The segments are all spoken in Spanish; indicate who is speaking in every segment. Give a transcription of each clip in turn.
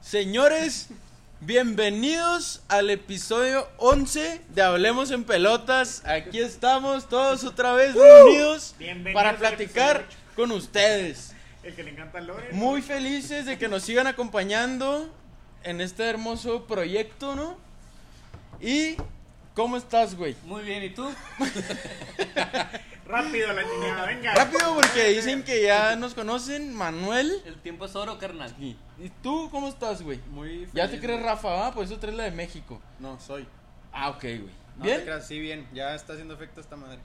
Speaker 1: Señores, bienvenidos al episodio 11 de Hablemos en Pelotas. Aquí estamos todos otra vez reunidos
Speaker 2: Bienvenidos
Speaker 1: para
Speaker 2: al
Speaker 1: platicar
Speaker 2: episodio
Speaker 1: con ustedes.
Speaker 2: El que le encanta Lore.
Speaker 1: Muy felices de que nos sigan acompañando en este hermoso proyecto, ¿no? Y, ¿cómo estás, güey?
Speaker 3: Muy bien, ¿y tú?
Speaker 2: Rápido la chingada, venga.
Speaker 1: Rápido porque dicen que ya nos conocen, Manuel.
Speaker 3: El tiempo es oro, carnal.
Speaker 1: ¿Y tú cómo estás, güey?
Speaker 4: Muy feliz,
Speaker 1: Ya te crees
Speaker 4: güey.
Speaker 1: Rafa, ¿va? Por eso traes la de México.
Speaker 4: No, soy.
Speaker 1: Ah, ok, güey.
Speaker 4: No te
Speaker 1: ¿Bien?
Speaker 4: creas, sí, bien. Ya está haciendo efecto esta madre.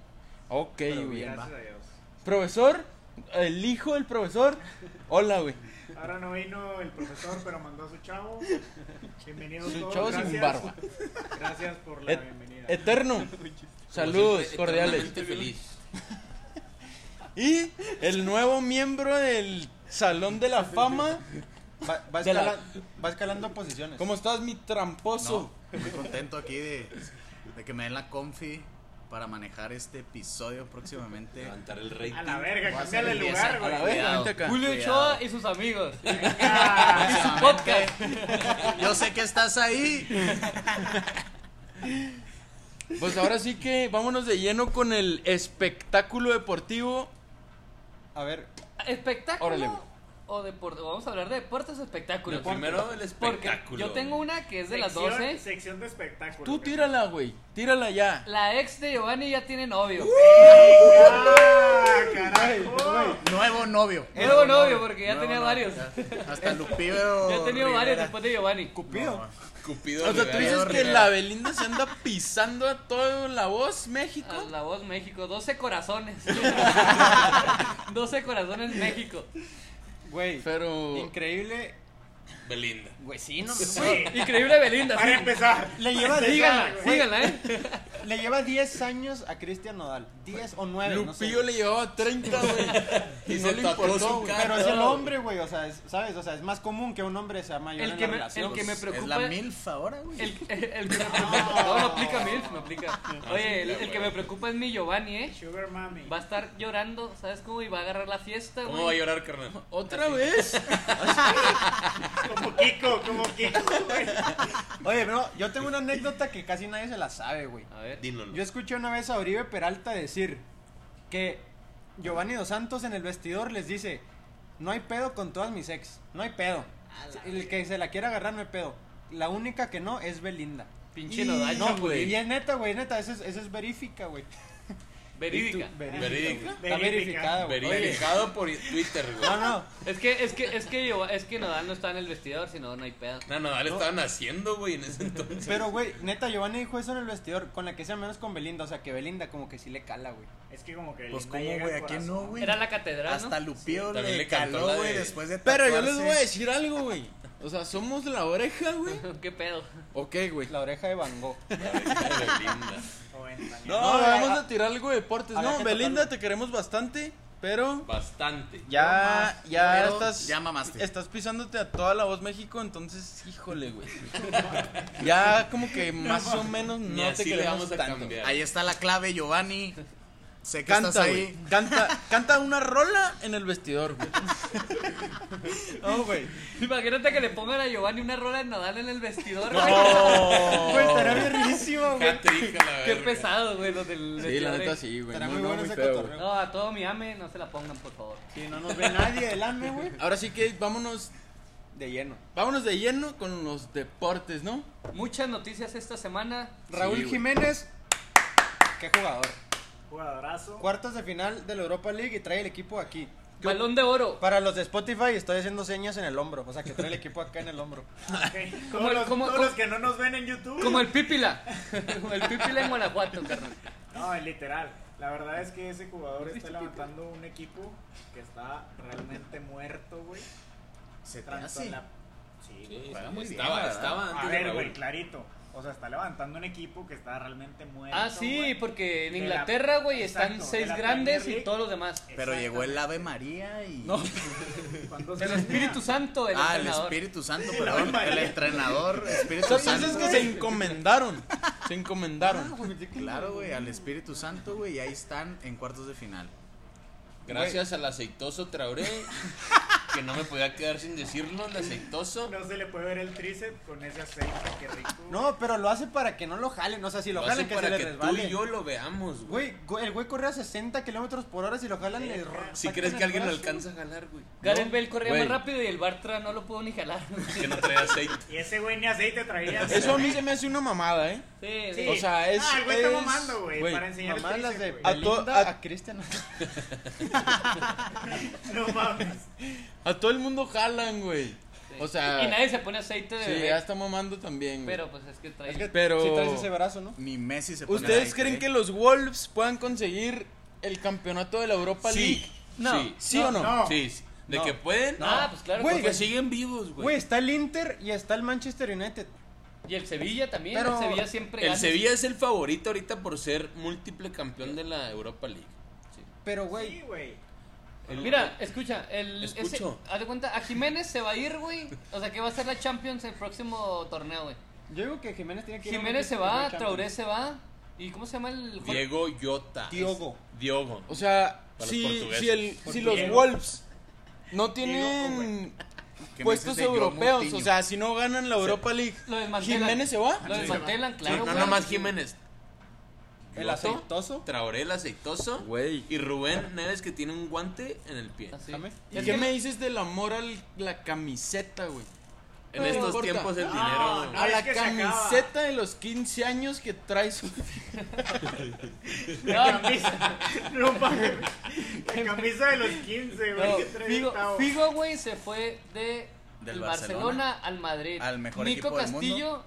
Speaker 1: Ok,
Speaker 4: Pero
Speaker 1: güey.
Speaker 4: bien,
Speaker 2: Gracias
Speaker 4: va.
Speaker 2: a Dios.
Speaker 1: Profesor, el hijo del profesor. Hola, güey.
Speaker 2: Ahora no vino el profesor, pero mandó a su chavo. Bienvenidos
Speaker 1: Su
Speaker 2: todos.
Speaker 1: chavo sin
Speaker 2: gracias.
Speaker 1: barba.
Speaker 2: Gracias por la
Speaker 1: Et-
Speaker 2: bienvenida.
Speaker 1: Eterno. Saludos
Speaker 3: Siempre
Speaker 1: cordiales.
Speaker 3: eternamente feliz.
Speaker 1: Y el nuevo miembro del Salón de la Fama.
Speaker 4: Va, va
Speaker 1: De la-
Speaker 4: escala- va escalando posiciones.
Speaker 1: ¿Cómo estás, mi tramposo?
Speaker 5: No, muy contento aquí de, de que me den la confi para manejar este episodio próximamente.
Speaker 6: Levantar el rating.
Speaker 2: A la verga,
Speaker 5: Voy a
Speaker 2: cambiarle el
Speaker 5: hacer
Speaker 2: lugar,
Speaker 5: limpieza,
Speaker 2: güey.
Speaker 5: a la
Speaker 1: A ver,
Speaker 5: Cuidado.
Speaker 1: vente acá.
Speaker 3: Julio
Speaker 5: Cuidado.
Speaker 3: Ochoa y sus amigos.
Speaker 2: Ah,
Speaker 3: Su podcast.
Speaker 5: Yo sé que estás ahí.
Speaker 1: Pues ahora sí que vámonos de lleno con el espectáculo deportivo.
Speaker 4: A ver,
Speaker 3: ¿Espectáculo?
Speaker 1: Órale, güey.
Speaker 3: O deporte. Vamos a hablar de deportes o espectáculos.
Speaker 6: Pero primero el
Speaker 3: Porque
Speaker 6: espectáculo.
Speaker 3: yo tengo una que es de las
Speaker 2: sección-
Speaker 3: 12.
Speaker 2: Sección de espectáculo.
Speaker 1: Tú tírala, güey. Tírala ya.
Speaker 3: La ex de Giovanni ya tiene novio.
Speaker 2: Uh, ¡Ah, carajo!
Speaker 5: Nuevo novio.
Speaker 3: Nuevo novio, porque ya
Speaker 5: Nuevo
Speaker 3: tenía
Speaker 5: novio,
Speaker 3: varios.
Speaker 5: ya.
Speaker 3: Ya
Speaker 5: Hasta Lupillo.
Speaker 3: ha tenido
Speaker 5: Rivera.
Speaker 3: varios después de Giovanni.
Speaker 4: Cupido.
Speaker 5: No,
Speaker 6: Cupido.
Speaker 1: O sea, tú
Speaker 6: Rivera.
Speaker 1: dices que
Speaker 5: Rivera.
Speaker 1: la Belinda se anda pisando a todo la voz, México.
Speaker 3: A Ah, la voz México. 12 corazones. 12 corazones México.
Speaker 4: güey.
Speaker 1: Pero.
Speaker 4: Increíble.
Speaker 6: Belinda.
Speaker 4: Güey, sí, no
Speaker 2: Sí.
Speaker 3: Increíble Belinda.
Speaker 2: Para
Speaker 3: sí.
Speaker 2: empezar.
Speaker 4: Le lleva,
Speaker 3: Síganla,
Speaker 4: güey,
Speaker 3: síganla, eh.
Speaker 4: le lleva 10 años a Cristian Nodal. 10 o 9, no sé.
Speaker 1: Lupillo le llevaba 30, güey. y
Speaker 6: Y
Speaker 1: no
Speaker 6: se
Speaker 1: le
Speaker 6: tatuó
Speaker 1: importó,
Speaker 6: su
Speaker 1: güey.
Speaker 6: cara.
Speaker 4: Pero es el hombre, güey. O sea, es- ¿sabes? O sea, es más común que un hombre sea mayor
Speaker 3: El
Speaker 4: en
Speaker 3: que
Speaker 4: la
Speaker 3: me-
Speaker 4: relación.
Speaker 3: el que me-
Speaker 5: pues, Es
Speaker 3: preocupa-
Speaker 5: la MILF ahora, güey.
Speaker 3: El, el, el que me preocupa. No, no aplica MILF, no aplica. Oye, el, el que me preocupa es mi Giovanni, eh.
Speaker 2: Sugar Mami.
Speaker 3: Va a estar llorando, ¿sabes cómo? Y va a agarrar la fiesta,
Speaker 6: ¿Cómo va a
Speaker 3: güey.
Speaker 6: llorar, carnal?
Speaker 1: ¿Otra vez?
Speaker 2: Como Kiko, como Kiko, güey.
Speaker 4: Oye, bro, yo tengo una anécdota que casi nadie se la sabe, güey.
Speaker 3: A ver.
Speaker 6: Dínoslo.
Speaker 4: Yo escuché una vez a Oribe Peralta decir que Giovanni Dos Santos en el vestidor les dice, no hay pedo con todas mis ex, no hay pedo. El que se la quiera agarrar no hay pedo. La única que no es Belinda.
Speaker 3: Pinche Nodal,
Speaker 4: No,
Speaker 3: güey.
Speaker 4: Y es neta, güey, neta, eso es, eso es verifica, güey.
Speaker 3: Verídica.
Speaker 4: Tú, verídica,
Speaker 6: Verídica.
Speaker 4: güey. Está verificada, güey.
Speaker 6: Verificado por Twitter, güey.
Speaker 4: No, no.
Speaker 3: Es que, es que, es que yo, es que Nodal no está en el vestidor, si no, no hay pedo.
Speaker 6: No, no, le estaban haciendo, güey, en ese entonces.
Speaker 4: Pero, güey, neta, Giovanni dijo eso en el vestidor, con la que sea menos con Belinda, o sea, que Belinda como que sí le cala, güey.
Speaker 2: Es que como que Belinda
Speaker 5: Pues cómo,
Speaker 2: llega al
Speaker 5: güey, ¿a quién
Speaker 2: corazón.
Speaker 5: no, güey?
Speaker 3: Era la catedral,
Speaker 5: Hasta
Speaker 3: ¿no?
Speaker 5: Lupillo
Speaker 6: también
Speaker 5: le
Speaker 6: le cantó la
Speaker 5: caló, güey,
Speaker 6: de-
Speaker 5: después de
Speaker 1: Pero yo les
Speaker 5: tatuarse.
Speaker 1: voy a decir algo, güey. O sea, somos la oreja, güey.
Speaker 3: ¿Qué pedo?
Speaker 1: ¿O güey?
Speaker 4: La oreja de Van Gogh.
Speaker 6: Belinda.
Speaker 2: O en Daniel.
Speaker 1: No,
Speaker 4: No,
Speaker 1: vamos
Speaker 4: a-
Speaker 1: a tirar algo de deportes.
Speaker 4: habría
Speaker 1: No,
Speaker 4: que
Speaker 1: Belinda,
Speaker 4: tocarlo.
Speaker 1: te queremos bastante, pero
Speaker 6: Bastante.
Speaker 1: ya, ya
Speaker 5: pero
Speaker 1: estás,
Speaker 5: ya mamaste.
Speaker 1: estás pisándote a toda la voz México, entonces, híjole, güey. ya como que más o menos
Speaker 6: Ni
Speaker 1: no te
Speaker 6: así le
Speaker 1: queremos
Speaker 6: vamos a
Speaker 1: tanto.
Speaker 6: cambiar.
Speaker 5: Ahí está la clave, Giovanni. Sé que
Speaker 1: Canta,
Speaker 5: estás
Speaker 1: güey.
Speaker 5: ahí.
Speaker 1: Canta, canta una rola en el vestidor, güey.
Speaker 4: No, güey.
Speaker 3: Imagínate que le pongan a Giovanni una rola de Nodal en el vestidor, güey.
Speaker 4: Güey, estaría verguísimo, güey.
Speaker 6: Hat-trick a la
Speaker 3: Qué
Speaker 6: verga.
Speaker 3: pesado, güey, los del
Speaker 1: Sí, la
Speaker 3: vestidor,
Speaker 1: neta
Speaker 3: eh.
Speaker 1: sí, güey.
Speaker 4: Estará
Speaker 1: No,
Speaker 4: muy
Speaker 1: no,
Speaker 4: bueno
Speaker 1: muy
Speaker 4: ese
Speaker 1: feo,
Speaker 4: cotorreo.
Speaker 1: güey.
Speaker 3: No, a todo mi ame, no se la pongan, por favor.
Speaker 4: Si no nos ve nadie del AME, güey.
Speaker 1: Ahora sí que vámonos,
Speaker 4: De lleno.
Speaker 1: vámonos de lleno con los deportes, ¿no?
Speaker 3: Muchas noticias esta semana.
Speaker 4: Raúl
Speaker 1: güey.
Speaker 4: Jiménez, qué jugador.
Speaker 2: Jugadorazo.
Speaker 4: Cuartos de final de la Europa League y trae el equipo aquí.
Speaker 3: Balón de oro.
Speaker 4: Para los de Spotify estoy haciendo señas en el hombro, o sea que trae el equipo acá en el hombro.
Speaker 2: Ok.
Speaker 3: Como
Speaker 2: Todos,
Speaker 3: el-
Speaker 2: los,
Speaker 3: como-
Speaker 2: todos
Speaker 3: como-
Speaker 2: los que no nos ven en YouTube.
Speaker 3: Como el Pípila. Como el Pípila en Guanajuato, carnal.
Speaker 2: No, literal. La verdad es que ese jugador está levantando un equipo que está realmente muerto, güey.
Speaker 5: Se te
Speaker 2: Tanto
Speaker 5: hace.
Speaker 2: en la- Sí,
Speaker 6: Sí,
Speaker 2: güey.
Speaker 5: Juega muy bien,
Speaker 6: estaba,
Speaker 5: la verdad.
Speaker 6: estaba antes
Speaker 2: A
Speaker 6: de
Speaker 2: ver,
Speaker 6: Raúl.
Speaker 2: güey, clarito. O sea, está levantando un equipo que está realmente muerto.
Speaker 3: Ah, sí,
Speaker 2: güey.
Speaker 3: porque en
Speaker 2: De la-
Speaker 3: Inglaterra, güey, están
Speaker 2: Exacto, de
Speaker 3: seis
Speaker 2: la
Speaker 3: grandes
Speaker 2: Premier
Speaker 3: y
Speaker 2: League. Ah.
Speaker 3: todos los demás.
Speaker 5: Pero llegó el Ave María y.
Speaker 2: Cuando se
Speaker 3: El Espíritu Santo del
Speaker 5: ah, el
Speaker 3: entrenador.
Speaker 5: Espíritu Santo, perdón. El entrenador, Espíritu
Speaker 1: Son veces
Speaker 5: Santo.
Speaker 1: que se encomendaron. Se encomendaron.
Speaker 5: Claro, güey, al Espíritu Santo, güey, y ahí están en cuartos de final.
Speaker 6: Gracias al aceitoso Traoré que no me podía quedar sin decirlo, el aceitoso.
Speaker 2: No se le puede ver el tríceps con ese aceite, qué rico.
Speaker 4: No, pero lo hace para que no lo jalen. O sea, si lo,
Speaker 6: Lo hace
Speaker 4: jalen, que se
Speaker 6: para
Speaker 4: le
Speaker 6: que tú
Speaker 4: resbale.
Speaker 6: y yo lo veamos, güey.
Speaker 4: Güey, güey, el güey corre a 60 kilómetros por hora. Si lo jalan, le ro-
Speaker 6: Si
Speaker 4: sacan
Speaker 6: crees
Speaker 4: el
Speaker 6: que alguien lo
Speaker 4: brazo.
Speaker 6: alcanza a jalar, güey.
Speaker 3: Gareth Bale corría
Speaker 6: Güey.
Speaker 3: más rápido y el Bartra no lo pudo ni jalar. güey.
Speaker 6: Que no trae aceite.
Speaker 2: Y ese güey ni aceite traía.
Speaker 1: Eso a mí se me hace una mamada, ¿eh?
Speaker 3: Sí,
Speaker 2: Sí.
Speaker 3: sí.
Speaker 1: O sea, es.
Speaker 2: Ah, el güey está
Speaker 1: es-
Speaker 2: mamando, güey,
Speaker 1: güey,
Speaker 2: para enseñar
Speaker 4: Mamá,
Speaker 2: el
Speaker 4: las de
Speaker 2: tríceps, güey.
Speaker 1: A to-
Speaker 4: Belinda,
Speaker 1: a-
Speaker 4: a Cristian.
Speaker 2: No mames.
Speaker 1: A todo el mundo jalan, güey. O sea.
Speaker 3: y nadie se pone aceite de
Speaker 1: Sí,
Speaker 3: bebé,
Speaker 1: ya está mamando también, güey.
Speaker 3: Pero pues es que trae.
Speaker 4: Es que
Speaker 1: Pero-
Speaker 4: sí traes ese brazo, ¿no?
Speaker 5: Ni Messi se pone
Speaker 1: ¿Ustedes
Speaker 5: ahí,
Speaker 1: creen
Speaker 5: güey.
Speaker 1: que los Wolves puedan conseguir el campeonato de la Europa League?
Speaker 6: Sí.
Speaker 3: No.
Speaker 6: Sí.
Speaker 1: ¿Sí o no?
Speaker 2: No.
Speaker 6: Sí, sí. De
Speaker 1: No.
Speaker 6: que pueden.
Speaker 3: Ah, pues claro.
Speaker 4: Güey.
Speaker 6: Porque siguen vivos,
Speaker 4: Güey,
Speaker 6: güey.
Speaker 4: está el Inter y está el Manchester United.
Speaker 3: Y el Sevilla también.
Speaker 4: Pero-
Speaker 3: el Sevilla siempre
Speaker 6: El
Speaker 3: gana.
Speaker 6: Sevilla es el favorito ahorita por ser múltiple campeón de la Europa League.
Speaker 4: Pero,
Speaker 2: Sí,
Speaker 4: güey,
Speaker 2: güey.
Speaker 3: Mira, escucha, el ese-
Speaker 6: Escucho.
Speaker 3: haz de cuenta, a Jiménez se va a ir, güey. O sea, que va a ser la Champions el próximo torneo, güey.
Speaker 4: yo digo que Jiménez tiene que ir a
Speaker 3: Jiménez se
Speaker 4: un equipo que
Speaker 3: va,
Speaker 4: sea
Speaker 3: Traoré
Speaker 4: Champions.
Speaker 3: se va. ¿Y cómo se llama el Jorge?
Speaker 6: Diego Yota.
Speaker 4: Diogo.
Speaker 6: Diogo.
Speaker 1: O sea,
Speaker 6: Para los
Speaker 1: si,
Speaker 6: portugueses.
Speaker 1: si, el, si los
Speaker 2: Portugués.
Speaker 1: Wolves no tienen
Speaker 5: Que
Speaker 1: puestos
Speaker 5: Messi se llevó
Speaker 1: europeos,
Speaker 5: Moutinho.
Speaker 1: o sea, si no ganan la Europa League,
Speaker 3: Lo desmantelan.
Speaker 1: ¿Jiménez se
Speaker 5: Ah,
Speaker 1: va?
Speaker 3: Lo desmantelan,
Speaker 6: Sí,
Speaker 3: claro.
Speaker 6: no
Speaker 3: güey.
Speaker 6: nomás Jiménez.
Speaker 4: El
Speaker 6: Yota,
Speaker 4: aceitoso.
Speaker 6: Traoré el aceitoso.
Speaker 1: Güey.
Speaker 6: Y Rubén Neves que tiene un guante en el pie.
Speaker 3: Así.
Speaker 4: Dame.
Speaker 1: ¿Y
Speaker 3: Es
Speaker 1: qué
Speaker 3: que-
Speaker 1: me dices del amor a la camiseta, güey?
Speaker 6: En
Speaker 1: No
Speaker 6: estos
Speaker 1: importa. Ah,
Speaker 6: tiempos el
Speaker 1: No,
Speaker 6: dinero.
Speaker 2: no.
Speaker 1: a
Speaker 2: es
Speaker 1: la
Speaker 2: que se acaba.
Speaker 1: camiseta de los 15 años que traes.
Speaker 3: No,
Speaker 2: No mames. La camisa de los 15, güey.
Speaker 3: no,
Speaker 2: que trae
Speaker 3: Figo,
Speaker 2: el Tavo.
Speaker 3: Figo, güey, se fue de
Speaker 5: Del
Speaker 3: el
Speaker 5: Barcelona
Speaker 3: Barcelona al Madrid.
Speaker 5: al mejor
Speaker 3: Nico
Speaker 5: equipo del
Speaker 3: Castillo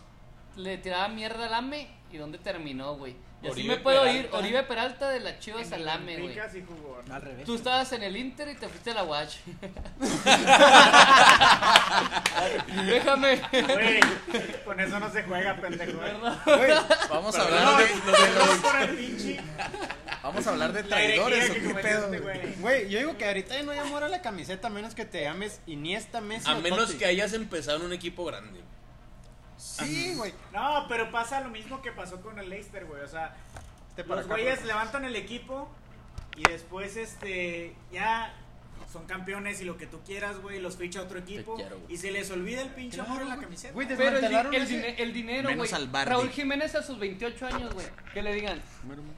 Speaker 3: le tiraba mierda al AME y dónde terminó, güey. Y así me
Speaker 6: Oribe
Speaker 3: puedo ir.
Speaker 6: Peralta.
Speaker 3: Oribe Peralta de la Chivas
Speaker 2: En
Speaker 3: al AME, güey.
Speaker 2: Picas y jugó. ¿no?
Speaker 4: Al revés.
Speaker 3: Tú estabas en el Inter y te fuiste a la Watch. Déjame.
Speaker 2: Güey, con eso no se juega, pendejo. eh. ¿verdad?
Speaker 5: Vamos a
Speaker 6: Perdón,
Speaker 5: hablar de,
Speaker 6: güey.
Speaker 2: Perdón por el pinche.
Speaker 5: vamos a hablar de
Speaker 2: La herejía
Speaker 5: traidores. ¿o
Speaker 2: que
Speaker 5: qué
Speaker 2: cometió
Speaker 5: pedo,
Speaker 2: este
Speaker 5: güey?
Speaker 2: güey.
Speaker 4: Güey, yo digo que ahorita no hay amor a la camiseta a menos que te llames Iniesta Messi.
Speaker 6: A
Speaker 4: o
Speaker 6: menos
Speaker 4: Totti.
Speaker 6: que hayas empezado en un equipo grande.
Speaker 4: Sí, güey.
Speaker 2: No, pero pasa lo mismo que pasó con el Leicester, güey. O sea,
Speaker 4: Este para
Speaker 2: los
Speaker 4: acá,
Speaker 2: güeyes
Speaker 4: pues.
Speaker 2: levantan el equipo y después, este, ya son campeones y lo que tú quieras, güey. Los ficha otro equipo
Speaker 6: quiero, güey.
Speaker 2: y se les olvida el pinche amor en la camiseta.
Speaker 4: Güey,
Speaker 3: Pero el,
Speaker 4: desmantelaron
Speaker 3: di- el
Speaker 4: ese-
Speaker 3: dine- el dinero,
Speaker 5: Menos
Speaker 3: güey.
Speaker 5: al Bardi.
Speaker 3: Raúl Jiménez a sus 28 años, güey. Que le digan.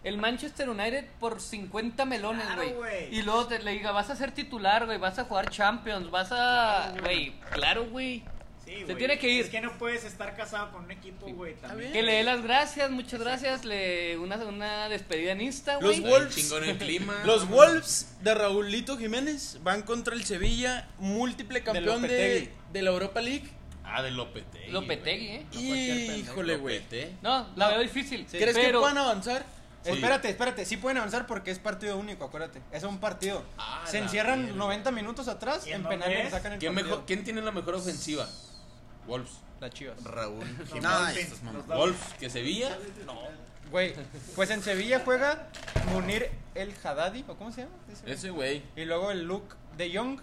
Speaker 3: El Manchester United por 50 melones,
Speaker 2: Claro,
Speaker 3: güey.
Speaker 2: güey.
Speaker 3: y luego te, le diga, vas a ser titular, güey. Vas a jugar Champions. Vas a. Güey, claro, güey.
Speaker 2: Sí,
Speaker 3: Se
Speaker 2: güey.
Speaker 3: tiene que ir.
Speaker 2: Es que no puedes estar casado con un equipo, güey. También.
Speaker 3: Que le dé las gracias, muchas gracias. Le una, una despedida en Insta,
Speaker 1: Los
Speaker 3: güey.
Speaker 6: Está
Speaker 1: Wolves.
Speaker 6: bien chingón el clima.
Speaker 1: Los Wolves de Raulito Jiménez van contra el Sevilla, múltiple campeón de,
Speaker 4: Lopetegui.
Speaker 1: de la Europa League.
Speaker 6: Ah, de Lopetegui.
Speaker 3: Lopetegui,
Speaker 6: güey.
Speaker 3: ¿eh?
Speaker 1: Híjole, güey.
Speaker 6: Lopete.
Speaker 3: No, la veo difícil.
Speaker 1: ¿Crees que
Speaker 3: pero-
Speaker 1: puedan avanzar?
Speaker 4: Sí. Espérate, espérate, sí pueden avanzar porque es partido único, acuérdate. Es un partido.
Speaker 6: Ah,
Speaker 4: Se
Speaker 6: la
Speaker 4: encierran
Speaker 6: mierda.
Speaker 4: 90 minutos atrás,
Speaker 2: ¿Y en
Speaker 4: en
Speaker 2: dónde
Speaker 4: penales
Speaker 2: es?
Speaker 4: le sacan el
Speaker 6: ¿Quién,
Speaker 4: partido.
Speaker 6: mejor, ¿Quién tiene la mejor ofensiva? Wolves.
Speaker 4: La Chivas.
Speaker 5: Raúl Jiménez.
Speaker 2: mames.
Speaker 5: estos mamás.
Speaker 6: Wolves, que Sevilla.
Speaker 4: Güey, pues en Sevilla juega Munir El Haddadi, ¿o cómo se llama? ese güey?
Speaker 6: Ese güey.
Speaker 4: Y luego el Luke de Jong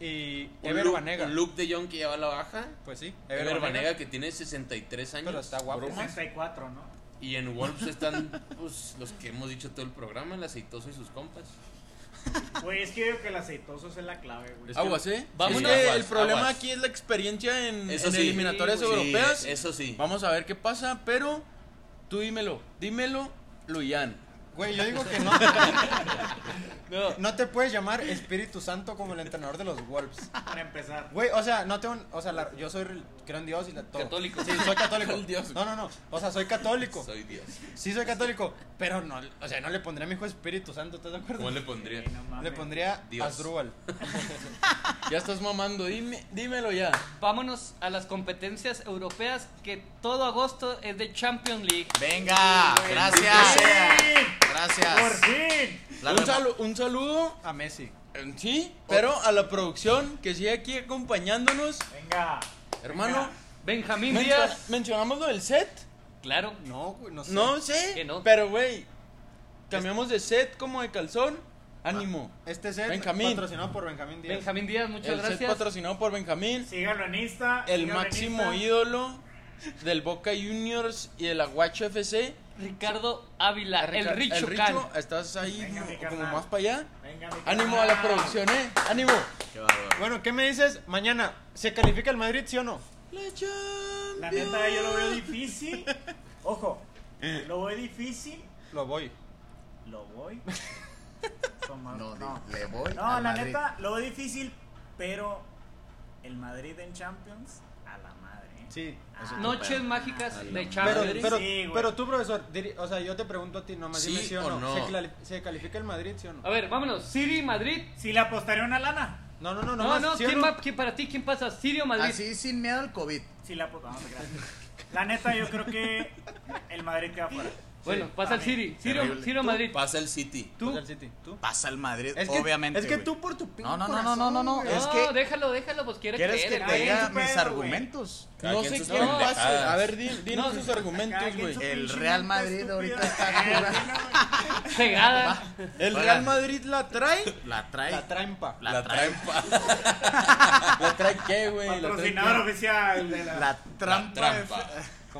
Speaker 4: y
Speaker 6: Un
Speaker 4: Ever
Speaker 6: Lu-
Speaker 4: Banega.
Speaker 6: un Luke de Jong que ya va a la baja.
Speaker 4: Pues sí,
Speaker 6: Ever, Banega que tiene 63 años.
Speaker 4: Pero está guapo.
Speaker 2: 64, ¿no?
Speaker 6: Y en Wolves están pues, los que hemos dicho todo el programa, el aceitoso y sus compas.
Speaker 2: Güey, es que yo digo que el aceitoso es la clave, güey.
Speaker 6: Es- que-
Speaker 1: Aguas, ¿eh?
Speaker 6: Vámonos.
Speaker 1: Es que
Speaker 6: Aguas,
Speaker 1: el problema
Speaker 6: aguas.
Speaker 1: aquí es la experiencia en,
Speaker 6: Eso
Speaker 1: en
Speaker 6: sí.
Speaker 1: eliminatorias
Speaker 3: Sí,
Speaker 6: güey.
Speaker 1: europeas.
Speaker 6: Sí, eso sí.
Speaker 1: Vamos a ver qué pasa, pero tú dímelo. Dímelo, Luyan.
Speaker 4: Güey, yo digo que no.
Speaker 3: No.
Speaker 4: No te puedes llamar Espíritu Santo como el entrenador de los Wolves.
Speaker 2: Para empezar.
Speaker 4: Güey, o sea, no tengo, o sea, la- yo soy re- creo en Dios y la todo.
Speaker 3: Católico.
Speaker 4: Sí, soy católico.
Speaker 1: El Dios.
Speaker 4: No, no, no. O sea, soy católico.
Speaker 6: Soy Dios.
Speaker 4: Sí soy católico, pero no, o sea, no le pondría a mi hijo Espíritu Santo, ¿estás de acuerdo?
Speaker 6: ¿Cómo le
Speaker 2: Sí,
Speaker 6: pondría?
Speaker 2: no mames.
Speaker 4: Le pondría
Speaker 6: Dios.
Speaker 4: Asdrúbal.
Speaker 1: Ya estás mamando, dime, dímelo ya.
Speaker 3: Vámonos a las competencias europeas que todo agosto es de Champions League.
Speaker 5: Venga, gracias.
Speaker 2: ¡Por
Speaker 5: Gracias.
Speaker 2: fin!
Speaker 5: La
Speaker 1: un,
Speaker 5: rema-
Speaker 1: salu- un saludo,
Speaker 4: A Messi.
Speaker 1: eh, sí, pero a la producción que sigue aquí acompañándonos.
Speaker 2: Venga.
Speaker 1: Hermano,
Speaker 3: Benjamín
Speaker 1: mencio-
Speaker 3: Díaz.
Speaker 1: mencionamos lo del set.
Speaker 3: Claro.
Speaker 4: No, güey, no sé.
Speaker 1: No sé,
Speaker 3: Que no.
Speaker 1: pero güey, cambiamos de set como de calzón. Ánimo.
Speaker 4: Este es el
Speaker 1: Benjamín.
Speaker 4: patrocinado por Benjamín Díaz.
Speaker 3: Benjamín Díaz, muchas
Speaker 1: El set
Speaker 3: gracias.
Speaker 1: patrocinado por Benjamín.
Speaker 2: Síganlo en Insta.
Speaker 1: el
Speaker 2: síganlo en
Speaker 1: máximo
Speaker 2: Insta.
Speaker 1: ídolo del Boca Juniors y de la Guacho FC.
Speaker 3: Ricardo Ávila,
Speaker 1: Ah,
Speaker 3: el
Speaker 1: Rica-
Speaker 3: Richo
Speaker 1: Richo,
Speaker 3: Can.
Speaker 1: estás ahí
Speaker 2: Venga,
Speaker 1: como-
Speaker 2: mi
Speaker 1: como
Speaker 2: carnal.
Speaker 1: más para allá.
Speaker 2: Venga, mi
Speaker 1: Ánimo a
Speaker 2: carnal.
Speaker 1: la producción, eh. Ánimo.
Speaker 5: Qué bárbaro.
Speaker 4: Bueno, ¿qué me dices? Mañana, ¿se califica el Madrid, sí o no?
Speaker 2: La neta, yo lo veo difícil. Ojo,
Speaker 1: Eh.
Speaker 2: lo veo difícil.
Speaker 4: Lo voy.
Speaker 2: Lo voy. Toma-
Speaker 5: No,
Speaker 2: no,
Speaker 5: di- le voy.
Speaker 2: No,
Speaker 5: al
Speaker 2: la
Speaker 5: Madrid.
Speaker 2: neta, lo veo difícil, pero el Madrid en Champions, a la madre. ¿eh?
Speaker 4: Sí.
Speaker 5: Eso
Speaker 2: Ah,
Speaker 5: no,
Speaker 3: Noches mágicas
Speaker 5: Ay,
Speaker 3: de
Speaker 5: no.
Speaker 4: Pero,
Speaker 3: Champions.
Speaker 4: pero,
Speaker 2: Sí, güey.
Speaker 4: pero tú, profesor, diri- o sea, yo te pregunto a ti nomás,
Speaker 6: Sí
Speaker 4: dime sí
Speaker 6: o
Speaker 4: o no.
Speaker 6: no.
Speaker 4: ¿Se, clali- se califica el Madrid, sí o no?
Speaker 3: A ver, vámonos. City, Madrid.
Speaker 2: Si le apostaría una lana.
Speaker 4: No, no, no,
Speaker 3: No,
Speaker 4: nomás,
Speaker 3: no,
Speaker 4: ¿sí o
Speaker 3: ¿quién
Speaker 4: no?
Speaker 3: va- quién- para ti quién pasa? ¿City o Madrid?
Speaker 5: Así sin miedo al COVID.
Speaker 2: Si la apostaría. La neta, yo creo que el Madrid queda fuera.
Speaker 3: Bueno,
Speaker 4: Sí,
Speaker 3: pasa el
Speaker 2: también.
Speaker 3: City. City o-
Speaker 5: Ah, Terrible.
Speaker 3: City o Madrid.
Speaker 6: Pasa el City.
Speaker 4: Tú.
Speaker 3: Tú.
Speaker 4: ¿Tú?
Speaker 5: Pasa al Madrid,
Speaker 4: Es que,
Speaker 5: obviamente.
Speaker 4: Es que
Speaker 5: güey.
Speaker 4: tú por tu pinche
Speaker 5: No, no, no, no,
Speaker 4: corazón,
Speaker 5: no, no, no.
Speaker 4: güey.
Speaker 5: Es
Speaker 3: no,
Speaker 5: que-
Speaker 3: déjalo, déjalo, pues quiere
Speaker 5: ¿Quieres que
Speaker 3: creer,
Speaker 5: te
Speaker 3: güey.
Speaker 5: diga
Speaker 2: güey.
Speaker 5: mis
Speaker 2: Cada quien
Speaker 5: argumentos?
Speaker 6: Cada
Speaker 1: no
Speaker 6: quien
Speaker 1: sé
Speaker 6: sus
Speaker 1: quién pasa.
Speaker 6: pendejadas.
Speaker 1: A ver, di- dinos
Speaker 3: No,
Speaker 1: sus
Speaker 2: Cada
Speaker 1: argumentos,
Speaker 2: quien
Speaker 1: güey.
Speaker 2: su
Speaker 5: El
Speaker 2: pinche
Speaker 5: Real
Speaker 2: mente
Speaker 5: Madrid ahorita
Speaker 2: estúpida.
Speaker 5: está
Speaker 2: Eh,
Speaker 5: jugando.
Speaker 2: bueno, güey.
Speaker 3: Cegada.
Speaker 1: El
Speaker 5: Oigan.
Speaker 1: Real Madrid la trae.
Speaker 5: La trae.
Speaker 4: La trampa.
Speaker 5: La
Speaker 6: La
Speaker 5: trae.
Speaker 6: traen pa-
Speaker 1: ¿La trae qué, güey? La trae
Speaker 2: Patrocinador
Speaker 1: qué.
Speaker 2: oficial de la.
Speaker 5: La trampa.
Speaker 6: trampa.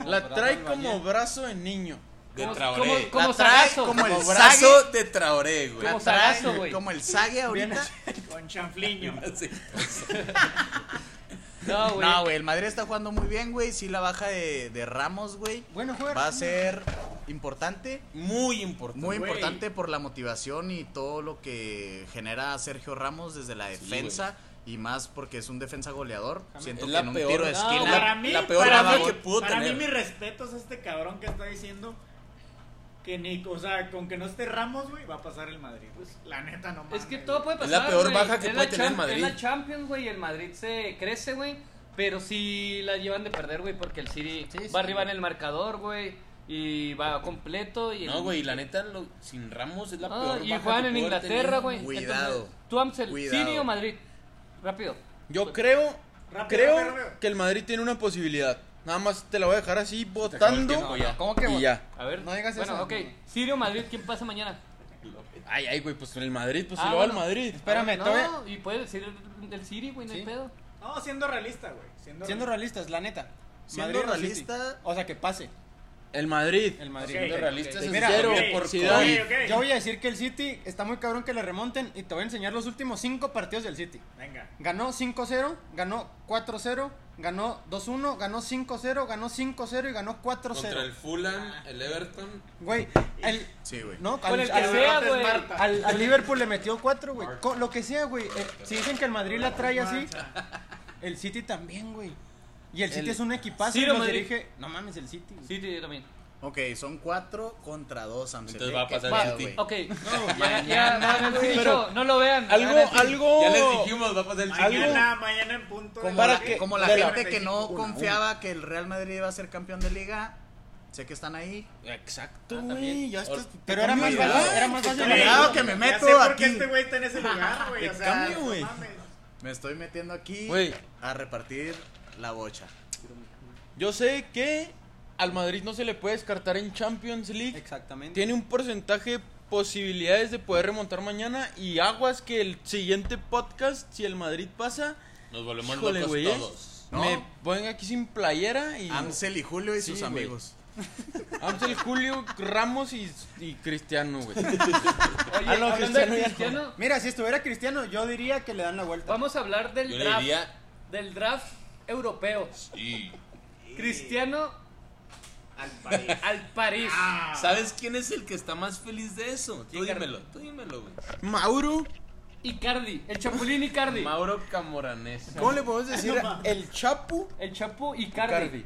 Speaker 1: La trae como brazo de niño.
Speaker 6: De
Speaker 3: Como-
Speaker 6: Traoré.
Speaker 3: como-
Speaker 5: La trae
Speaker 3: Sarazo.
Speaker 5: como el
Speaker 6: Como
Speaker 5: Zague.
Speaker 6: brazo de Traoré, güey.
Speaker 3: Como
Speaker 5: La trae
Speaker 3: Sarazo, güey.
Speaker 5: Como el Zague ahorita.
Speaker 2: Con chanfliño.
Speaker 6: Sí.
Speaker 3: No, güey.
Speaker 5: No, güey, el Madrid está jugando muy bien, güey. Sí, la baja de, de Ramos, güey.
Speaker 4: Bueno, juega.
Speaker 5: Va a ser importante.
Speaker 1: Muy importante.
Speaker 5: Muy
Speaker 2: Güey.
Speaker 5: importante por la motivación y todo lo que genera Sergio Ramos desde la defensa. y más porque es un defensa goleador. Siento
Speaker 6: Es
Speaker 5: que
Speaker 6: la
Speaker 5: en un
Speaker 6: peor-
Speaker 5: tiro de
Speaker 3: No,
Speaker 5: esquina.
Speaker 3: güey.
Speaker 2: Para mí,
Speaker 6: la peor
Speaker 2: para
Speaker 6: baja
Speaker 2: mí,
Speaker 6: que pudo
Speaker 2: para
Speaker 6: tener.
Speaker 2: mí mis respetos a este cabrón que está diciendo que ni, o sea, con que no esté Ramos, güey, va a pasar el Madrid. Pues, la neta no mames.
Speaker 3: Es que todo puede
Speaker 6: Es
Speaker 3: pasar.
Speaker 6: la peor
Speaker 3: güey.
Speaker 6: baja que
Speaker 3: Es
Speaker 6: puede
Speaker 3: la
Speaker 6: tener
Speaker 3: Cham-
Speaker 6: Madrid.
Speaker 3: Es la Champions, güey. y El Madrid se crece, güey. Pero sí la llevan de perder, güey. Porque el City
Speaker 4: Sí, sí,
Speaker 3: va arriba
Speaker 4: güey.
Speaker 3: en el marcador, güey. Y va completo. Y el-
Speaker 6: No, güey, la neta, lo- sin Ramos es la
Speaker 3: Ah,
Speaker 6: peor.
Speaker 3: y
Speaker 6: baja
Speaker 3: juegan
Speaker 6: que
Speaker 3: en
Speaker 6: pudo haber
Speaker 3: Inglaterra,
Speaker 6: tenido.
Speaker 3: güey.
Speaker 5: Cuidado.
Speaker 3: Entonces, Tú, Amsel,
Speaker 5: Cuidado.
Speaker 3: City o Madrid. Rápido.
Speaker 1: Yo creo,
Speaker 2: Rápido,
Speaker 1: creo
Speaker 2: rápido, rápido.
Speaker 1: que el Madrid tiene una posibilidad. Nada más te la voy a dejar así
Speaker 6: Se acabó el
Speaker 1: votando.
Speaker 6: tiempo ya.
Speaker 4: ¿Cómo que
Speaker 1: Y
Speaker 4: güey?
Speaker 1: ya.
Speaker 3: A ver.
Speaker 4: No digas
Speaker 3: bueno,
Speaker 4: eso,
Speaker 3: ok.
Speaker 4: no.
Speaker 3: City o Madrid, ¿quién pasa mañana?
Speaker 1: Ay, ay, güey, pues el Madrid, pues
Speaker 3: Ah,
Speaker 1: se lo
Speaker 3: bueno. Ah,
Speaker 1: va al Madrid.
Speaker 4: Espérame,
Speaker 3: no,
Speaker 4: todavía-
Speaker 3: y puedes decir el- del City, güey, no hay
Speaker 4: Sí.
Speaker 3: pedo.
Speaker 2: No, siendo realista, güey. Siendo,
Speaker 4: Siendo realistas, la neta.
Speaker 5: Siendo
Speaker 4: Madrid o City.
Speaker 5: realista-
Speaker 4: O sea, que pase
Speaker 1: El Madrid.
Speaker 4: el Madrid.
Speaker 2: Ok.
Speaker 6: Siendo realistas, es
Speaker 4: Mira,
Speaker 6: cero
Speaker 2: ok,
Speaker 6: por
Speaker 2: ok,
Speaker 6: COVID.
Speaker 2: ok.
Speaker 4: Yo voy a decir que el City está muy cabrón que le remonten y te voy a enseñar los últimos cinco partidos del City.
Speaker 2: Venga.
Speaker 4: Ganó 5-0, ganó 4-0, ganó 2-1, ganó 5-0, ganó 5-0 y ganó
Speaker 6: Contra el
Speaker 4: 4-0.
Speaker 6: Fulham, el Everton.
Speaker 4: Güey, el-
Speaker 5: Sí, güey.
Speaker 4: no,
Speaker 3: Con
Speaker 4: al,
Speaker 3: el que
Speaker 4: al-
Speaker 3: sea,
Speaker 2: Rotes
Speaker 3: güey.
Speaker 2: Marta.
Speaker 4: al- al Liverpool le metió 4, güey. Co- Lo que sea, güey. Eh, si dicen que el Madrid la trae así, el City también, güey. Y el City
Speaker 1: El-
Speaker 4: es un equipazo
Speaker 3: Sí,
Speaker 4: y
Speaker 3: lo
Speaker 4: los
Speaker 3: Madrid.
Speaker 4: dirige. No mames, el City. güey.
Speaker 3: City yo también.
Speaker 5: Ok, son cuatro contra dos, Amsel.
Speaker 6: Entonces va a
Speaker 5: ¿Qué
Speaker 6: pasar el
Speaker 5: pedo,
Speaker 6: City.
Speaker 5: güey?
Speaker 3: Ok. ya, ya, no, no, City,
Speaker 1: Pero-
Speaker 3: no lo vean.
Speaker 1: Algo,
Speaker 3: Ganan el City.
Speaker 1: algo.
Speaker 6: Ya les
Speaker 3: Oh.
Speaker 6: dijimos, va a pasar el City.
Speaker 2: Mañana, mañana en punto. de
Speaker 5: Como,
Speaker 1: Para
Speaker 5: la,
Speaker 1: que-
Speaker 5: como la
Speaker 1: de la-
Speaker 5: gente que no
Speaker 2: 45,
Speaker 5: confiaba que el Real Madrid iba a ser campeón de liga, sé que están ahí.
Speaker 1: Exacto, güey. Ya estás.
Speaker 4: Pero era más
Speaker 1: Cambio,
Speaker 4: fácil.
Speaker 1: ya.
Speaker 4: Era más fácil.
Speaker 2: Güey,
Speaker 5: Cuidado que me
Speaker 2: ya
Speaker 5: meto
Speaker 2: sé por qué
Speaker 5: aquí.
Speaker 2: este güey está en ese lugar, güey.
Speaker 1: Te
Speaker 2: O sea,
Speaker 1: cambio, güey.
Speaker 2: no mames.
Speaker 5: Me estoy metiendo aquí
Speaker 1: Güey.
Speaker 5: a repartir la bocha.
Speaker 1: Yo sé que al Madrid no se le puede descartar en Champions League.
Speaker 4: Exactamente.
Speaker 1: Tiene un porcentaje de posibilidades de poder remontar mañana. Y aguas que el siguiente podcast, si el Madrid pasa,
Speaker 6: Nos volvemos
Speaker 1: Híjole,
Speaker 6: locos
Speaker 1: güey, ¿eh?
Speaker 6: todos.
Speaker 5: ¿No?
Speaker 1: me ponen aquí sin playera y.
Speaker 5: Amsel y Julio y
Speaker 1: Sí,
Speaker 5: sus
Speaker 1: güey.
Speaker 5: amigos.
Speaker 1: Ángel Julio Ramos y, y Cristiano, güey.
Speaker 3: Oye,
Speaker 1: Ah, no,
Speaker 3: hablando
Speaker 1: Cristiano ya
Speaker 3: de
Speaker 1: no.
Speaker 3: Cristiano,
Speaker 4: Mira, si estuviera Cristiano, yo diría que le dan la vuelta.
Speaker 3: vamos a hablar del
Speaker 6: Yo le
Speaker 3: draft.
Speaker 6: diría.
Speaker 3: Del draft europeo.
Speaker 6: Y...
Speaker 3: Cristiano
Speaker 2: Al París.
Speaker 3: al París.
Speaker 2: Ah,
Speaker 6: ¿Sabes quién es el que está más feliz de eso? Tú
Speaker 3: ¿Quién, Carlos?
Speaker 6: dímelo, tú dímelo, güey.
Speaker 1: Mauro.
Speaker 3: Icardi. El Chapulín Icardi.
Speaker 6: Mauro Camoranés.
Speaker 1: ¿Cómo le podemos decir el Chapu?
Speaker 3: El Chapu Icardi.
Speaker 1: Icardi.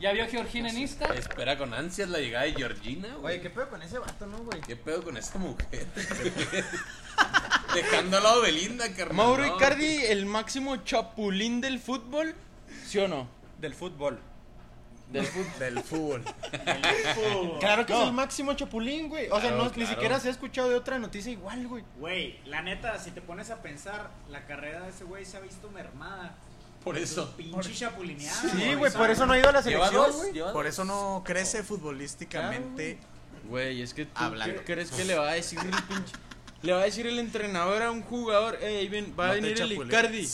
Speaker 3: Ya vio a Georgina en Insta.
Speaker 6: Espera con ansias la llegada de Georgina, güey.
Speaker 4: Oye, ¿qué pedo con ese vato, no, güey?
Speaker 6: ¿Qué pedo con esa mujer? Dejando a lado Belinda, carnal.
Speaker 1: Mauro
Speaker 6: no.
Speaker 1: Icardi, el máximo chapulín del fútbol, ¿sí o no?
Speaker 4: Del fútbol.
Speaker 1: Del fútbol.
Speaker 5: Del fútbol.
Speaker 2: Liverpool.
Speaker 4: Claro que es el máximo chapulín, güey. O sea,
Speaker 6: Claro,
Speaker 4: no, ni
Speaker 6: claro.
Speaker 4: siquiera se ha escuchado de otra noticia igual, güey.
Speaker 2: Güey, la neta, si te pones a pensar, la carrera de ese güey se ha visto mermada.
Speaker 6: Por eso.
Speaker 2: Pinche chapulineado.
Speaker 4: Sí, güey, por eso no ha ido a la
Speaker 6: Lleva
Speaker 4: selección,
Speaker 6: dos,
Speaker 4: güey.
Speaker 6: lleva
Speaker 5: Por
Speaker 6: dos.
Speaker 5: eso no crece futbolísticamente.
Speaker 1: Güey, es que tú
Speaker 5: Hablando.
Speaker 1: ¿qué crees que le va a decir el pinche. Le va a decir el entrenador a un jugador, "Ey, ahí ven, va
Speaker 5: No
Speaker 1: a
Speaker 5: te
Speaker 1: venir el
Speaker 5: chapulees".
Speaker 1: Icardi.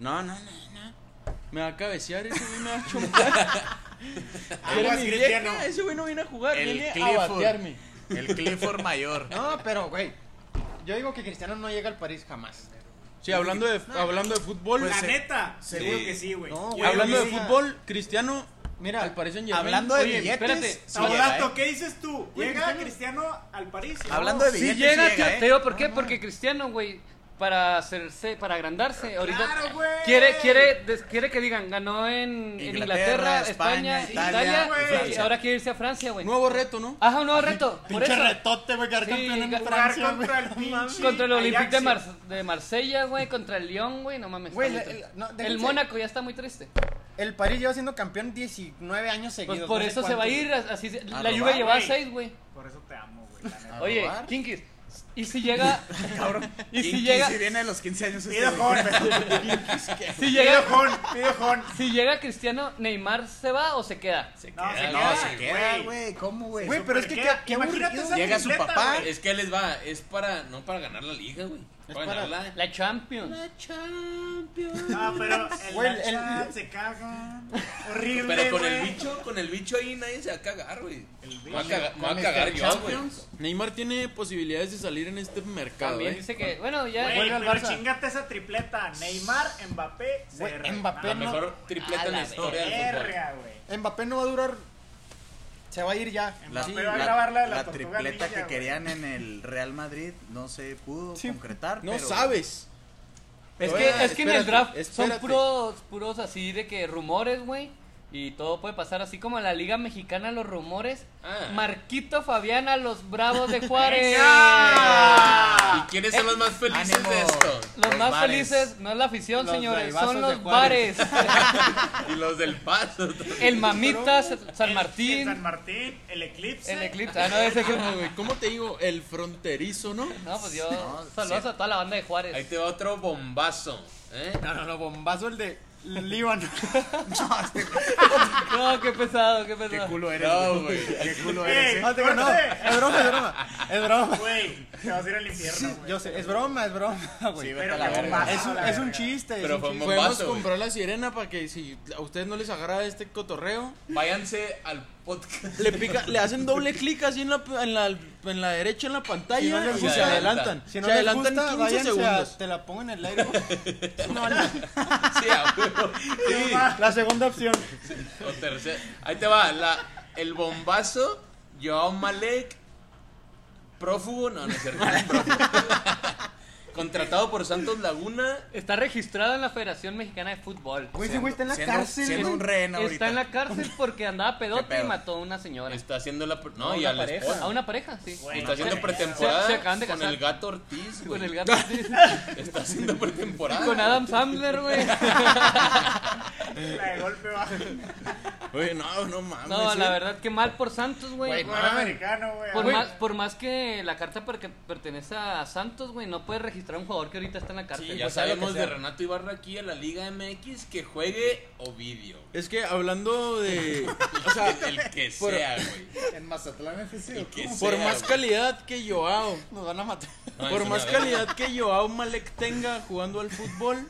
Speaker 1: No, no, no, no. Me va a cabecear ese güey, me va a chumbar. Quiere
Speaker 2: Aguas,
Speaker 1: mi
Speaker 2: Cristiano.
Speaker 1: vieja, ese güey no viene a jugar,
Speaker 5: El
Speaker 1: viene a
Speaker 5: Clifford.
Speaker 1: batearme.
Speaker 5: El Clifford mayor.
Speaker 4: No, pero, güey. Yo digo que Cristiano no llega al París jamás.
Speaker 1: Sí, hablando de, hablando de fútbol,
Speaker 5: Pues,
Speaker 2: La
Speaker 5: se-
Speaker 2: neta, seguro
Speaker 6: sí.
Speaker 2: que sí, güey.
Speaker 4: No,
Speaker 2: Yo
Speaker 4: güey,
Speaker 1: hablando
Speaker 2: digo
Speaker 1: de
Speaker 2: que sí.
Speaker 4: mira.
Speaker 1: fútbol, Cristiano,
Speaker 4: Mira,
Speaker 1: al Paris Saint-Germain.
Speaker 5: Hablando de
Speaker 4: Oye,
Speaker 5: billetes.
Speaker 3: espérate.
Speaker 5: sí
Speaker 2: Ahora,
Speaker 5: llega, ¿eh?
Speaker 2: ¿qué dices tú?
Speaker 1: Oye,
Speaker 2: ¿Llega
Speaker 1: Cristiano.
Speaker 2: Cristiano al París?
Speaker 5: Hablando de
Speaker 2: No.
Speaker 3: Si
Speaker 5: billetes.
Speaker 3: llega, tío,
Speaker 5: sí llega, ¿eh?
Speaker 3: te digo por qué, porque Cristiano, güey, para hacerse, para agrandarse, ahorita
Speaker 2: Claro, güey.
Speaker 3: quiere, quiere, des- quiere que digan, ganó en en Inglaterra,
Speaker 5: Inglaterra,
Speaker 3: España,
Speaker 5: España,
Speaker 3: Italia,
Speaker 2: Italia,
Speaker 3: y
Speaker 2: Francia.
Speaker 3: ahora quiere irse a Francia, güey.
Speaker 1: nuevo reto, ¿no?
Speaker 3: Ajá, un nuevo reto, por
Speaker 4: pinche
Speaker 3: eso.
Speaker 4: retote, güey, quedar
Speaker 3: Sí,
Speaker 4: campeón en
Speaker 3: ga-
Speaker 2: Jugar
Speaker 4: Francia, güey.
Speaker 2: contra el pinche
Speaker 3: Contra el Olympique de,
Speaker 2: Ajaxio.
Speaker 3: Mar- de Marsella, güey, contra el Lyon, güey, no mames.
Speaker 4: Güey,
Speaker 3: está
Speaker 4: el-
Speaker 3: muy triste.
Speaker 4: el- no,
Speaker 3: el,
Speaker 4: déjense.
Speaker 3: Mónaco ya está muy triste.
Speaker 4: El París lleva siendo campeón 19 años seguidos.
Speaker 3: Pues por
Speaker 4: no sé
Speaker 3: eso se
Speaker 4: cuántos.
Speaker 3: va a ir, así se-
Speaker 5: A
Speaker 3: la
Speaker 5: robar,
Speaker 3: Juve lleva
Speaker 2: güey.
Speaker 3: seis, güey.
Speaker 2: Por eso te amo, güey. la neta.
Speaker 5: ¿A
Speaker 3: Oye,
Speaker 5: robar?
Speaker 3: Kinkis, y si llega,
Speaker 5: Cabrón.
Speaker 3: y si
Speaker 5: Kinky,
Speaker 3: llega,
Speaker 5: Si viene a los 15 años. este
Speaker 2: Pido
Speaker 5: güey.
Speaker 2: Jon,
Speaker 3: si
Speaker 2: pido
Speaker 3: llega,
Speaker 2: Jon, pido Jon.
Speaker 3: Si llega Cristiano, ¿Neymar se va o se queda?
Speaker 2: No, se
Speaker 5: No,
Speaker 2: queda,
Speaker 5: se queda, güey. ¿Cómo, güey?
Speaker 4: Güey, pero es que qué,
Speaker 2: Superqueda.
Speaker 4: qué
Speaker 2: Imagínate
Speaker 4: aburrido.
Speaker 2: esa
Speaker 5: Llega su
Speaker 2: tripleta,
Speaker 5: papá.
Speaker 2: güey.
Speaker 6: Es que les va, es para, no para ganar la liga, güey. Para
Speaker 4: para-
Speaker 6: ganarla.
Speaker 3: La Champions.
Speaker 2: No, pero el,
Speaker 4: Güey, el-
Speaker 2: Nacha se caga. Horrible,
Speaker 6: Pero con el
Speaker 2: güey.
Speaker 6: bicho, con el bicho ahí nadie se va a cagar, güey. Me va a
Speaker 5: bicho.
Speaker 6: cagar, me va a
Speaker 5: Con
Speaker 6: cagar
Speaker 5: Mr.
Speaker 6: yo, güey.
Speaker 5: Champions.
Speaker 1: Neymar tiene posibilidades de salir en este mercado,
Speaker 3: También
Speaker 1: ¿eh?
Speaker 3: dice que, bueno, ya.
Speaker 2: Güey,
Speaker 4: Vuelve al
Speaker 2: pero
Speaker 4: Barça.
Speaker 2: chingate esa tripleta. Neymar, Mbappé,
Speaker 4: Güey,
Speaker 2: Serra.
Speaker 4: Mbappé
Speaker 6: La
Speaker 4: no-
Speaker 6: mejor tripleta en la historia del fútbol.
Speaker 2: Verga, güey.
Speaker 4: Mbappé no va a durar. Se va a ir ya.
Speaker 5: La,
Speaker 2: Mbappé va a
Speaker 5: la-
Speaker 2: grabar la de la
Speaker 5: la
Speaker 2: Tortuga
Speaker 5: tripleta
Speaker 2: Ninja,
Speaker 5: que
Speaker 2: güey.
Speaker 5: querían en el Real Madrid no se pudo
Speaker 4: Sí.
Speaker 5: concretar.
Speaker 1: No
Speaker 5: pero-
Speaker 1: sabes.
Speaker 3: Es que,
Speaker 1: Espérate,
Speaker 3: es que en el draft
Speaker 1: espérate,
Speaker 3: son
Speaker 1: espérate.
Speaker 3: puros, puros así de que rumores, güey. Y todo puede pasar así como en la Liga Mexicana, los rumores.
Speaker 6: Ah.
Speaker 3: Marquito Fabián a los Bravos de Juárez.
Speaker 2: ¡Venga!
Speaker 6: ¿Y quiénes son los más felices
Speaker 5: Ánimo.
Speaker 6: de esto?
Speaker 3: Los,
Speaker 5: Los
Speaker 3: más
Speaker 5: bares.
Speaker 3: felices, no es la afición,
Speaker 4: Los
Speaker 3: señores,
Speaker 4: gaivazos
Speaker 3: son
Speaker 4: de
Speaker 3: los bares.
Speaker 4: Juárez.
Speaker 6: Y los del paso.
Speaker 3: El Mamitas, San
Speaker 2: El- el San
Speaker 3: Martín,
Speaker 2: Martín, el Eclipse.
Speaker 3: el Eclipse. Ah, no, ese que-
Speaker 1: Ah, güey, ¿Cómo te digo? El fronterizo, ¿no?
Speaker 3: No, pues yo.
Speaker 5: No,
Speaker 3: saludos
Speaker 5: sí.
Speaker 3: a toda la banda de Juárez.
Speaker 6: Ahí te va otro bombazo. ¿eh?
Speaker 4: No, no, no, bombazo el de Líbano.
Speaker 5: No, este güey,
Speaker 3: No, qué pesado, qué
Speaker 5: qué
Speaker 3: pesado.
Speaker 5: culo eres.
Speaker 6: No,
Speaker 5: Qué culo
Speaker 2: Güey,
Speaker 5: eres. eh.
Speaker 4: No, te digo, no, es broma, es broma. Es broma.
Speaker 2: Güey, te vas a ir al infierno, güey.
Speaker 4: Yo sé, es broma, es broma,
Speaker 5: Sí,
Speaker 4: güey.
Speaker 5: vete
Speaker 2: Pero
Speaker 5: a la
Speaker 2: qué
Speaker 5: verga.
Speaker 2: bombazo.
Speaker 4: es, un,
Speaker 2: la
Speaker 4: es un
Speaker 2: verga.
Speaker 4: chiste. es
Speaker 6: Pero
Speaker 4: un
Speaker 6: fue
Speaker 4: chiste.
Speaker 6: muy-
Speaker 1: Podemos
Speaker 6: Bombazo, güey.
Speaker 1: comprar la sirena para que si a ustedes no les agarra este cotorreo,
Speaker 6: Váyanse al podcast.
Speaker 1: le pica, le hacen doble clic así en la, en la, en la derecha en la
Speaker 4: Si no
Speaker 1: pantalla
Speaker 4: les
Speaker 1: y
Speaker 4: gusta,
Speaker 1: se adelantan.
Speaker 4: Si no
Speaker 1: se
Speaker 4: les
Speaker 1: adelantan
Speaker 4: gusta,
Speaker 1: 15
Speaker 4: váyanse a-
Speaker 1: segundos.
Speaker 4: Te la pongo en el aire. No,
Speaker 6: Sí, a huevo. Sí.
Speaker 4: la segunda opción.
Speaker 6: O tercera. Ahí te va. La, el bombazo. Joao Malek. Prófugo. No, no es cierto. no es prófugo. Contratado por Santos Laguna.
Speaker 3: Está registrado en la Federación Mexicana de Fútbol.
Speaker 4: Güey, ese güey está en la
Speaker 5: Siendo-
Speaker 4: cárcel.
Speaker 5: Siendo
Speaker 4: güey.
Speaker 5: un rehén ahorita.
Speaker 3: Está en la cárcel porque andaba pedote y
Speaker 5: pedo?
Speaker 3: mató a una señora.
Speaker 6: Está haciendo la. pr- No,
Speaker 4: No,
Speaker 6: y
Speaker 4: una
Speaker 6: a la
Speaker 4: pareja.
Speaker 6: esposa.
Speaker 3: A una pareja, sí.
Speaker 2: Güey,
Speaker 6: Está haciendo
Speaker 2: Se-
Speaker 6: pretemporada
Speaker 3: se acaban de
Speaker 6: con
Speaker 3: casar.
Speaker 6: el gato Ortiz, güey.
Speaker 3: Con el gato. sí.
Speaker 6: Está haciendo pretemporada.
Speaker 3: Con Adam Sandler, güey.
Speaker 2: La de golpe bajo.
Speaker 1: Oye, no, no mames.
Speaker 3: No,
Speaker 1: eh.
Speaker 3: la verdad que mal por Santos, güey.
Speaker 2: Jugador americano, güey.
Speaker 3: eh, Por
Speaker 2: Güey,
Speaker 3: más, por más que la carta per- pertenece a Santos, güey, no puede registrar a un jugador que ahorita está en la
Speaker 6: Sí,
Speaker 3: cárcel.
Speaker 6: ya
Speaker 3: güey.
Speaker 6: sabemos de Renato Ibarra aquí en la Liga MX que juegue Ovidio.
Speaker 1: Es que hablando de. O sea,
Speaker 6: El que
Speaker 1: por-
Speaker 6: sea, güey.
Speaker 5: En Mazatlán FC.
Speaker 6: El que
Speaker 1: por
Speaker 6: sea,
Speaker 1: más
Speaker 6: güey.
Speaker 1: calidad que Joao,
Speaker 4: Nos van a matar.
Speaker 6: No, es
Speaker 1: por
Speaker 6: una
Speaker 1: más
Speaker 6: verga.
Speaker 1: calidad que Joao Malek tenga jugando al fútbol,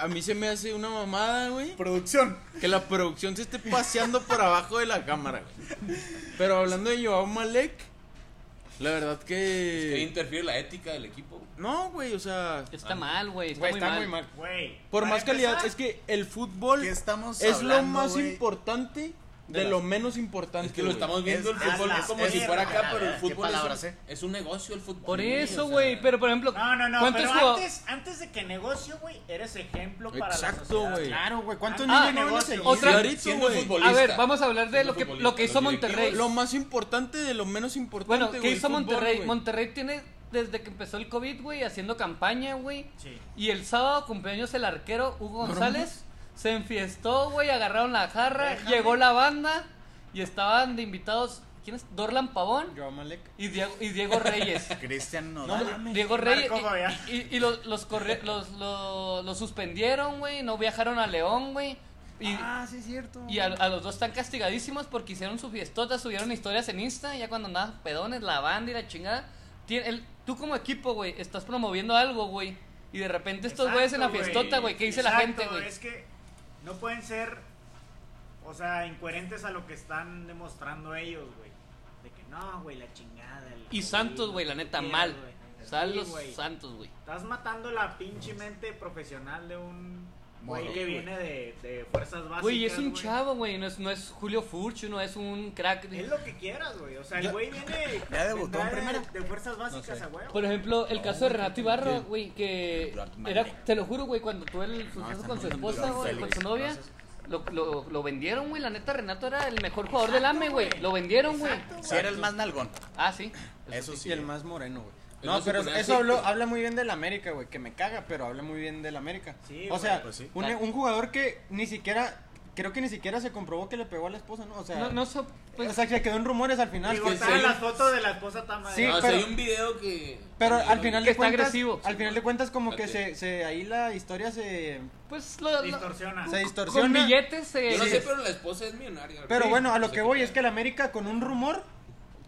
Speaker 1: a mí se me hace una mamada, güey.
Speaker 5: Producción.
Speaker 1: Que la producción se esté paseando por abajo de la cámara, güey. Pero hablando de Joao Malek, la verdad
Speaker 6: Que
Speaker 1: que.
Speaker 6: interfiere la ética del equipo.
Speaker 1: No, güey, o sea.
Speaker 6: Ah.
Speaker 3: Está mal, güey. Está,
Speaker 4: Güey,
Speaker 3: muy,
Speaker 4: está
Speaker 3: mal.
Speaker 4: muy mal.
Speaker 2: Güey.
Speaker 1: Por
Speaker 2: para
Speaker 1: más calidad,
Speaker 2: empezar,
Speaker 1: es que el fútbol
Speaker 5: ¿Qué
Speaker 1: es
Speaker 5: estamos
Speaker 1: lo
Speaker 5: hablando,
Speaker 1: más
Speaker 5: güey?
Speaker 1: importante de,
Speaker 4: De las-
Speaker 1: lo menos importante.
Speaker 6: Es que lo
Speaker 1: güey.
Speaker 6: estamos viendo
Speaker 5: Es-
Speaker 6: el fútbol
Speaker 2: es-
Speaker 6: es como
Speaker 2: es-
Speaker 6: si fuera acá, pero el
Speaker 5: ¿Qué
Speaker 6: fútbol
Speaker 5: palabras,
Speaker 6: es, un,
Speaker 5: eh?
Speaker 6: es un negocio el fútbol.
Speaker 3: Por
Speaker 6: Sí, o
Speaker 3: eso,
Speaker 6: sea,
Speaker 3: güey. Pero, por ejemplo,
Speaker 2: No, no, no,
Speaker 3: ¿cuántos
Speaker 2: pero
Speaker 3: jugadores-
Speaker 2: antes, antes de que negocio, güey, eres ejemplo para la
Speaker 1: Exacto,
Speaker 2: sociedad.
Speaker 1: güey.
Speaker 4: Claro, güey. ¿Cuántos
Speaker 2: Ah,
Speaker 4: niños no van a
Speaker 2: negocio.
Speaker 4: seguir?
Speaker 3: Otra-
Speaker 1: Clarito,
Speaker 6: siendo
Speaker 1: güey.
Speaker 6: futbolista.
Speaker 3: A ver, vamos a hablar de
Speaker 6: Siendo
Speaker 3: lo que,
Speaker 6: futbolista,
Speaker 3: lo que hizo
Speaker 6: los directivos.
Speaker 3: Monterrey.
Speaker 1: Lo más importante de lo menos importante.
Speaker 3: Bueno, ¿qué
Speaker 1: güey,
Speaker 3: hizo
Speaker 1: fútbol,
Speaker 3: Monterrey?
Speaker 1: güey.
Speaker 3: Monterrey tiene desde que empezó el COVID, güey, haciendo campaña, güey.
Speaker 2: Sí.
Speaker 3: Y el sábado cumpleaños el arquero Hugo González se enfiestó, güey, agarraron la jarra, llegó la banda y estaban de invitados, ¿quién es? Dorlan Pavón
Speaker 4: Joao Malek.
Speaker 3: y Diego, y Diego Reyes.
Speaker 5: Cristian no,
Speaker 3: Diego Reyes
Speaker 2: Marco
Speaker 3: y-
Speaker 2: Fabián.
Speaker 3: y, y los, los, corre- los, los- los suspendieron, güey, no viajaron a León, güey. Y,
Speaker 4: Ah, sí, es cierto.
Speaker 3: y a, a los dos están castigadísimos porque hicieron sus fiestotas, subieron historias en Insta, ya cuando andaban pedones, la banda y la chingada. Tien- el- tú como equipo, güey, estás promoviendo algo, güey. Y de repente estos güeyes en la
Speaker 2: Exacto,
Speaker 3: fiestota, güey, ¿qué dice la
Speaker 2: Exacto,
Speaker 3: gente, güey?
Speaker 2: Es que no pueden ser. o sea, incoherentes a lo que están demostrando ellos, güey. De que no, güey, la chingada. el
Speaker 3: Y Santos, güey, la
Speaker 2: lo que
Speaker 3: neta,
Speaker 2: quieras,
Speaker 3: mal.
Speaker 2: güey.
Speaker 3: Sal
Speaker 2: Sí,
Speaker 3: los
Speaker 2: güey.
Speaker 3: Santos, güey.
Speaker 2: Estás matando la pinche mente profesional de un güey
Speaker 5: Morro,
Speaker 2: que
Speaker 5: güey.
Speaker 2: viene de, de fuerzas básicas.
Speaker 3: Güey, es un chavo, güey. No es, no es Julio Furcho, no es un crack. de-
Speaker 2: Es lo que quieras, güey. O sea, el
Speaker 5: Ya-
Speaker 2: güey viene.
Speaker 5: Ya debutó
Speaker 2: vendrá
Speaker 5: en
Speaker 2: de-
Speaker 5: primera.
Speaker 2: De fuerzas básicas
Speaker 6: sé.
Speaker 2: a huevo.
Speaker 3: Por ejemplo, el caso de Renato Ibarra,
Speaker 6: ¿Qué?
Speaker 3: güey, que
Speaker 5: Blackman.
Speaker 3: era, te lo juro, güey, cuando tuve el suceso
Speaker 5: ese
Speaker 3: con
Speaker 5: no,
Speaker 3: su
Speaker 5: no,
Speaker 3: esposa,
Speaker 5: no,
Speaker 3: güey,
Speaker 5: no,
Speaker 3: con su
Speaker 5: no,
Speaker 3: novia,
Speaker 5: no,
Speaker 3: lo, lo, lo vendieron, güey. La neta, Renato era el mejor jugador del AME, güey. Lo vendieron, güey.
Speaker 5: Si era el más nalgón.
Speaker 3: Ah, sí.
Speaker 5: Eso sí.
Speaker 4: Y el más moreno, güey.
Speaker 6: El
Speaker 4: No,
Speaker 6: más
Speaker 4: pero
Speaker 6: popular,
Speaker 4: eso
Speaker 6: sí.
Speaker 4: habló- habla muy bien del América, güey. Que me caga, pero habla muy bien del América.
Speaker 2: Sí,
Speaker 4: o
Speaker 2: güey,
Speaker 4: sea,
Speaker 5: pues sí.
Speaker 4: un, un jugador que ni siquiera. Creo que ni siquiera se comprobó que le pegó a la esposa, ¿no? O sea,
Speaker 3: No, no, so- pues,
Speaker 4: o sea que quedó en rumores al final.
Speaker 2: Y
Speaker 6: que
Speaker 2: botaron
Speaker 6: sí.
Speaker 2: las fotos de la esposa Tama.
Speaker 4: Sí,
Speaker 6: no,
Speaker 2: de-
Speaker 6: o sea,
Speaker 4: pero-
Speaker 6: hay un video que.
Speaker 4: Pero
Speaker 6: que
Speaker 4: al final
Speaker 3: que
Speaker 4: de
Speaker 3: está
Speaker 4: cuentas,
Speaker 3: agresivo.
Speaker 4: al final de cuentas como que
Speaker 6: Ok.
Speaker 4: se, se ahí la historia se,
Speaker 3: pues lo, lo-
Speaker 2: Distorsiona.
Speaker 4: se distorsiona.
Speaker 3: con billetes eh,
Speaker 6: Yo no
Speaker 4: Sí.
Speaker 6: sé, pero la esposa es millonaria.
Speaker 4: Pero
Speaker 6: Sí,
Speaker 4: bueno, a lo
Speaker 6: no sé
Speaker 4: que
Speaker 6: qué
Speaker 4: voy
Speaker 6: pedo.
Speaker 4: es que el América con un rumor,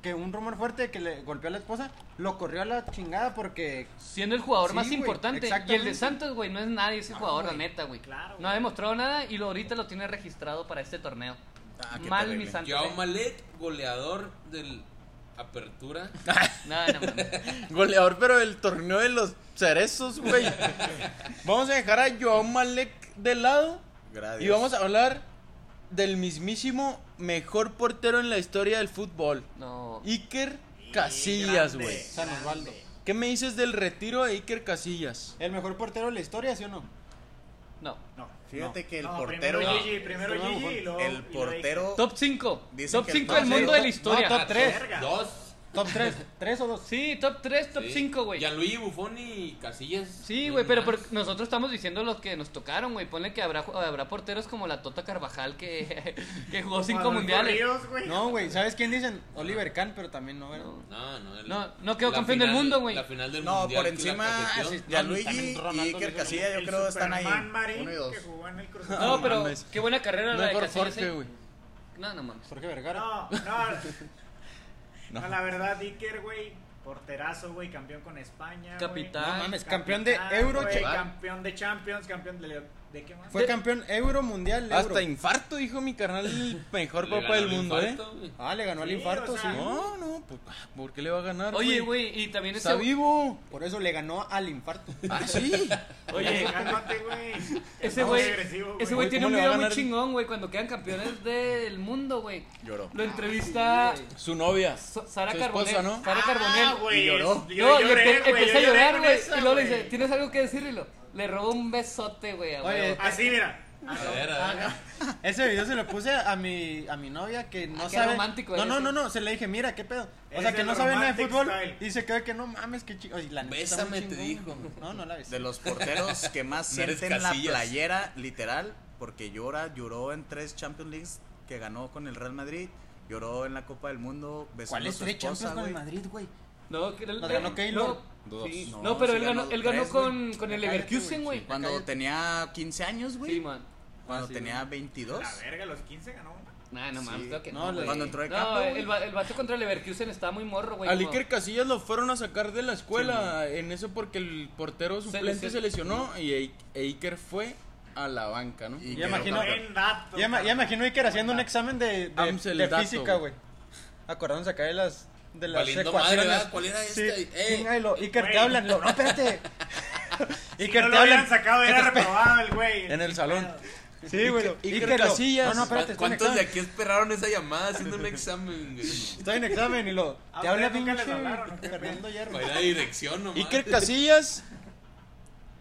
Speaker 4: que un rumor fuerte que le golpeó a la esposa, lo corrió a la chingada porque
Speaker 3: siendo el jugador
Speaker 4: Sí,
Speaker 3: más
Speaker 4: güey,
Speaker 3: importante. Y el
Speaker 4: exactamente.
Speaker 3: de Santos, güey, no es nadie ese jugador, la
Speaker 4: güey.
Speaker 3: neta, güey.
Speaker 2: Claro,
Speaker 3: No ha
Speaker 2: güey.
Speaker 3: demostrado nada y lo ahorita lo tiene registrado para este torneo.
Speaker 5: Ah, qué
Speaker 3: Mal,
Speaker 5: terrible.
Speaker 3: mi Santos.
Speaker 6: Joao
Speaker 3: eh.
Speaker 6: Malek, goleador del Apertura.
Speaker 3: No, no, mames.
Speaker 1: Goleador, pero del torneo de los cerezos, güey. vamos a dejar a Joao Malek de lado.
Speaker 5: Gracias.
Speaker 1: Y vamos a hablar del mismísimo mejor portero en la historia del fútbol.
Speaker 3: No.
Speaker 1: Iker Casillas,
Speaker 2: grande.
Speaker 1: güey.
Speaker 4: San Osvaldo.
Speaker 1: ¿Qué me dices del retiro de Iker Casillas?
Speaker 4: El mejor portero de la historia, ¿sí o no?
Speaker 3: No.
Speaker 2: No.
Speaker 5: Fíjate
Speaker 2: No.
Speaker 5: que el
Speaker 2: No,
Speaker 5: portero-
Speaker 2: Primero
Speaker 5: No.
Speaker 2: Gigi, primero
Speaker 4: Primero
Speaker 2: Gigi y luego.
Speaker 5: El
Speaker 2: y luego
Speaker 5: portero.
Speaker 3: Top 5.
Speaker 5: Dicen
Speaker 3: Top
Speaker 5: que el
Speaker 3: 5 del
Speaker 5: top
Speaker 3: mundo
Speaker 5: seis.
Speaker 3: de la historia.
Speaker 4: No, top 3.
Speaker 2: Verga.
Speaker 6: ah, Dos.
Speaker 4: Top 3. ¿3 o 2?
Speaker 3: Sí, top 3, top
Speaker 6: Sí.
Speaker 3: 5, güey.
Speaker 6: Gianluigi Buffon y Casillas.
Speaker 3: Sí, güey, pero
Speaker 6: por
Speaker 3: por- nosotros estamos diciendo los que nos tocaron, güey. Ponle que habrá, ju- habrá porteros como la Tota Carvajal que, que jugó
Speaker 2: Juan
Speaker 3: 5
Speaker 2: Manuel
Speaker 3: mundiales.
Speaker 2: Ríos, güey.
Speaker 4: No, güey, ¿sabes quién dicen? Oliver Kahn, pero también no, güey.
Speaker 3: No.
Speaker 6: No, no. el-
Speaker 3: No, no quedó
Speaker 6: la
Speaker 3: campeón del
Speaker 6: final-
Speaker 3: mundo, güey.
Speaker 6: La final del
Speaker 5: No,
Speaker 6: mundial
Speaker 5: por
Speaker 6: que la
Speaker 5: encima. ah,
Speaker 6: cajeteó.
Speaker 4: sí.
Speaker 5: Ya
Speaker 4: También
Speaker 5: Luigi
Speaker 4: Ronaldo
Speaker 5: y Iker
Speaker 4: le-
Speaker 5: Casillas, yo
Speaker 2: El
Speaker 5: creo están ahí.
Speaker 2: Superman Marín,
Speaker 5: Uno y dos.
Speaker 2: que jugó en el Cruz
Speaker 1: No,
Speaker 3: No, pero
Speaker 1: mames.
Speaker 3: qué buena carrera la de
Speaker 1: Mejor
Speaker 3: Casillas.
Speaker 1: Jorge,
Speaker 3: eh.
Speaker 1: güey.
Speaker 3: No, no mames.
Speaker 4: Jorge Vergara.
Speaker 2: No, no. No, la verdad, Iker, güey. Porterazo, güey. Campeón con España. güey.
Speaker 3: Capitán. No
Speaker 4: mames, campeón de Euro,
Speaker 2: güey,
Speaker 5: chaval.
Speaker 2: Campeón de Champions, campeón de. ¿De qué más?
Speaker 4: Fue campeón euro mundial. Euro.
Speaker 1: Hasta infarto, dijo mi carnal, el mejor
Speaker 6: Le
Speaker 1: papá del
Speaker 6: ganó el
Speaker 1: mundo, ¿eh?
Speaker 6: infarto, güey.
Speaker 4: Ah, le ganó el
Speaker 2: Sí,
Speaker 4: infarto,
Speaker 2: o sea,
Speaker 4: sí.
Speaker 1: No, no, pues, ¿por qué le va a ganar?
Speaker 3: Oye, güey, y también ese.
Speaker 1: Está vivo.
Speaker 4: Por eso le ganó al infarto.
Speaker 1: Ah, sí.
Speaker 2: Oye, cálmate, güey.
Speaker 3: Ese
Speaker 2: Estamos
Speaker 3: güey,
Speaker 2: agresivos,
Speaker 3: ese güey
Speaker 1: Güey,
Speaker 3: tiene
Speaker 1: ¿cómo
Speaker 3: un
Speaker 1: le va a
Speaker 3: video muy
Speaker 1: ganar?
Speaker 3: chingón, güey, cuando quedan campeones del mundo, güey.
Speaker 5: Lloró.
Speaker 3: Lo entrevista
Speaker 4: Sí, güey.
Speaker 1: Su novia.
Speaker 3: Sa- Sara
Speaker 1: Su
Speaker 3: Carbonell.
Speaker 1: esposa, ¿no?
Speaker 3: Sara
Speaker 2: Ah,
Speaker 3: Carbonell.
Speaker 2: güey,
Speaker 5: Y lloró.
Speaker 2: yo
Speaker 3: No, y
Speaker 2: lloré,
Speaker 3: empe-
Speaker 2: güey,
Speaker 3: empieza a
Speaker 2: yo lloré
Speaker 3: llorar,
Speaker 2: con
Speaker 3: güey.
Speaker 2: esa,
Speaker 3: Y luego le dice,
Speaker 2: güey.
Speaker 3: ¿tienes algo que decirle? Y lo- Le robó un besote, güey. a
Speaker 4: Oye,
Speaker 3: huevo.
Speaker 2: Así, mira.
Speaker 6: A ver, a ver.
Speaker 4: Ese video se lo puse a mi, a mi novia que no
Speaker 3: Ah, qué
Speaker 4: sabe.
Speaker 3: romántico
Speaker 4: no,
Speaker 3: eres,
Speaker 4: no,
Speaker 3: eh.
Speaker 4: no, no, se le dije, mira, qué pedo. O
Speaker 2: Eres
Speaker 4: sea, que
Speaker 2: el
Speaker 4: no sabe nada de
Speaker 2: romantic
Speaker 4: fútbol.
Speaker 2: style.
Speaker 4: Y se quedó que no mames, qué chico. Oye, la neta está muy
Speaker 6: Bésame, te
Speaker 4: chingón. Ah,
Speaker 6: dijo.
Speaker 4: No, no la besé.
Speaker 5: De los porteros que más
Speaker 6: No eres
Speaker 5: sienten la
Speaker 6: Casillas.
Speaker 5: playera, literal, porque llora, lloró en tres Champions Leagues que ganó con el Real Madrid, lloró en la Copa del Mundo, besó
Speaker 4: ¿Cuál
Speaker 5: a
Speaker 4: es
Speaker 5: su
Speaker 4: tres
Speaker 5: esposa,
Speaker 4: Champions con el
Speaker 5: güey.
Speaker 4: Madrid, güey?
Speaker 3: No, que él-
Speaker 4: Nos ganó
Speaker 3: él-
Speaker 4: Keylor.
Speaker 3: No, sí.
Speaker 5: Dos.
Speaker 3: No,
Speaker 5: No,
Speaker 3: pero
Speaker 5: sí
Speaker 3: él
Speaker 5: ganó
Speaker 3: ganó, él ganó
Speaker 5: tres,
Speaker 3: con, con el
Speaker 4: Cállate,
Speaker 3: Leverkusen,
Speaker 4: güey,
Speaker 3: güey.
Speaker 5: Cuando
Speaker 4: Cállate.
Speaker 5: tenía 15 años, güey.
Speaker 3: Sí, man.
Speaker 5: cuando
Speaker 3: Ah, sí,
Speaker 5: tenía
Speaker 3: güey.
Speaker 5: 22.
Speaker 2: La verga, los 15 ganó una.
Speaker 3: Nah, no mames,
Speaker 5: Sí.
Speaker 3: creo que
Speaker 4: No,
Speaker 3: no. güey.
Speaker 5: cuando entró de
Speaker 3: No,
Speaker 5: capa, güey.
Speaker 3: el, va- el vato contra el Leverkusen estaba muy morro, güey.
Speaker 1: Al
Speaker 3: como-
Speaker 1: Iker Casillas lo fueron a sacar de la escuela en eso porque el portero suplente
Speaker 3: lesionó.
Speaker 1: se lesionó y I- e Iker fue a la banca, ¿no?
Speaker 5: Y
Speaker 4: Ya
Speaker 5: quedó
Speaker 4: imagino-
Speaker 5: campeón.
Speaker 2: Buen dato.
Speaker 4: Ya, ma- ya imagino Iker haciendo un examen de, de,
Speaker 1: Amsel
Speaker 4: de
Speaker 1: dato,
Speaker 4: física,
Speaker 1: güey.
Speaker 4: güey. Acordándose acá de las, de las
Speaker 6: Valiendo
Speaker 4: ecuaciones.
Speaker 6: madre, ¿verdad? ¿Cuál era esta?
Speaker 4: Sí,
Speaker 6: Eh,
Speaker 4: chinga, y lo- Iker,
Speaker 2: güey.
Speaker 4: te hablan. Lo, no, espérate.
Speaker 2: Y que no lo habían sacado, era reprobado el güey.
Speaker 1: En el salón.
Speaker 4: Sí, güey. lo-
Speaker 1: Iker
Speaker 4: lo-
Speaker 1: Casillas.
Speaker 4: No, no, espérate.
Speaker 6: ¿Cu-
Speaker 4: estoy en
Speaker 6: ¿Cuántos de
Speaker 4: examen.
Speaker 6: aquí esperaron esa llamada haciendo un examen, güey?
Speaker 4: Estoy en examen y lo.
Speaker 2: Ah,
Speaker 4: Te habla
Speaker 2: ustedes nunca les
Speaker 4: pinche
Speaker 2: hablaron, ¿no?
Speaker 4: Fernando Hierro.
Speaker 6: Para ir a dirección nomás.
Speaker 1: Iker Casillas,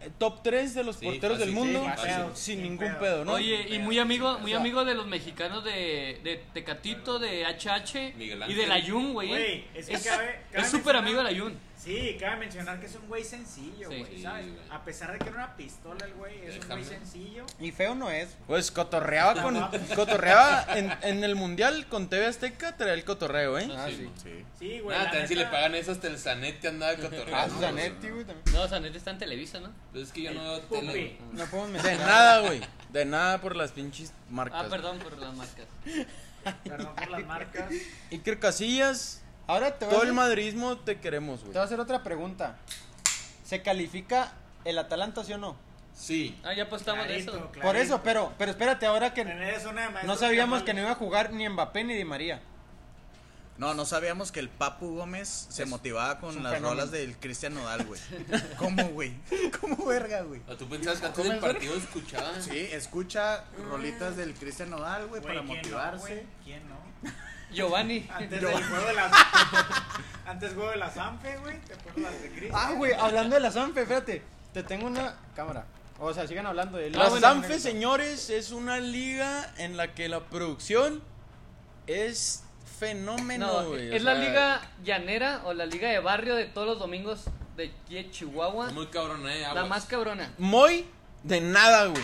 Speaker 1: eh, top 3 de los
Speaker 6: Sí,
Speaker 1: porteros
Speaker 6: fácil,
Speaker 1: del
Speaker 6: sí,
Speaker 1: mundo,
Speaker 6: fácil.
Speaker 1: sin
Speaker 2: Sin
Speaker 1: ningún
Speaker 2: pedo.
Speaker 1: pedo, ¿no?
Speaker 3: Oye, y muy amigo, muy
Speaker 1: O sea-
Speaker 3: amigo de los mexicanos de, de Tecatito, de HH
Speaker 6: Miguel
Speaker 3: y
Speaker 6: Ángel.
Speaker 3: de la Jun, güey.
Speaker 2: Güey,
Speaker 3: eh.
Speaker 2: es que cabe- cabe
Speaker 3: es súper amigo de
Speaker 2: mencionar-
Speaker 3: la Jun.
Speaker 2: Sí, cabe mencionar que es un güey sencillo,
Speaker 3: Sí.
Speaker 2: güey, ¿sabes?
Speaker 6: Sí, güey.
Speaker 2: A pesar de que era una pistola el güey, es un
Speaker 6: Déjame.
Speaker 2: güey sencillo.
Speaker 4: Y feo no es.
Speaker 1: Pues cotorreaba con cotorreaba en, en el mundial con TV Azteca traía el cotorreo, ¿eh?
Speaker 4: Ah,
Speaker 6: sí,
Speaker 4: sí.
Speaker 5: Sí.
Speaker 2: Sí, güey. la
Speaker 6: Nada, también si le
Speaker 2: neta,
Speaker 6: pagan eso hasta el Zanetti andaba
Speaker 4: Ah,
Speaker 6: cotorreando.
Speaker 4: Zanetti, güey, también.
Speaker 3: No, o sea, neta está en Televisa, ¿no?
Speaker 6: Pues es que yo no veo
Speaker 2: Pupi.
Speaker 6: tele. güey.
Speaker 4: No podemos
Speaker 1: De
Speaker 4: mencionar.
Speaker 1: nada, güey. De nada por las pinches marcas.
Speaker 3: Ah, perdón por las marcas.
Speaker 2: Perdón por las marcas.
Speaker 1: Iker Casillas,
Speaker 4: Ahora te voy,
Speaker 1: todo el
Speaker 4: a hacer,
Speaker 1: madridismo te queremos,
Speaker 4: te
Speaker 1: güey.
Speaker 4: voy a hacer otra pregunta. ¿Se califica el Atalanta, sí o no?
Speaker 6: Sí.
Speaker 3: Ah, ya apostamos de
Speaker 2: Clarito,
Speaker 3: eso.
Speaker 2: clarito.
Speaker 4: Por eso, pero, pero espérate, ahora que
Speaker 2: Tener eso nada más.
Speaker 4: no sabíamos que no iba a jugar ni Mbappé ni Di María.
Speaker 5: No, no sabíamos que el Papu Gómez se motivaba
Speaker 4: es
Speaker 5: con
Speaker 4: un
Speaker 5: las
Speaker 4: fenómeno.
Speaker 5: rolas del Cristian Nodal, güey. ¿Cómo, güey? ¿Cómo verga, güey?
Speaker 6: ¿O tú pensabas que antes del partido escuchaban?
Speaker 5: Sí, escucha rolitas del Cristian Nodal, güey, para motivarse.
Speaker 2: ¿Quién no?
Speaker 3: Giovanni.
Speaker 2: Antes del juego de las. Antes juego de las AMFE, güey. Te pones las de Cris.
Speaker 4: Ah, güey, hablando de la Sanfe, espérate. Te tengo una cámara. O sea, sigan hablando de
Speaker 1: La
Speaker 4: Sanfe,
Speaker 1: Sanfe, señores, es una liga en la que la producción es fenómeno,
Speaker 3: No,
Speaker 1: güey, o
Speaker 3: es la
Speaker 1: sea,
Speaker 3: liga llanera o la liga de barrio de todos los domingos de aquí de Chihuahua.
Speaker 6: Está Muy cabrón, eh.
Speaker 3: La
Speaker 6: aguas.
Speaker 3: más cabrona.
Speaker 1: Muy de nada, güey.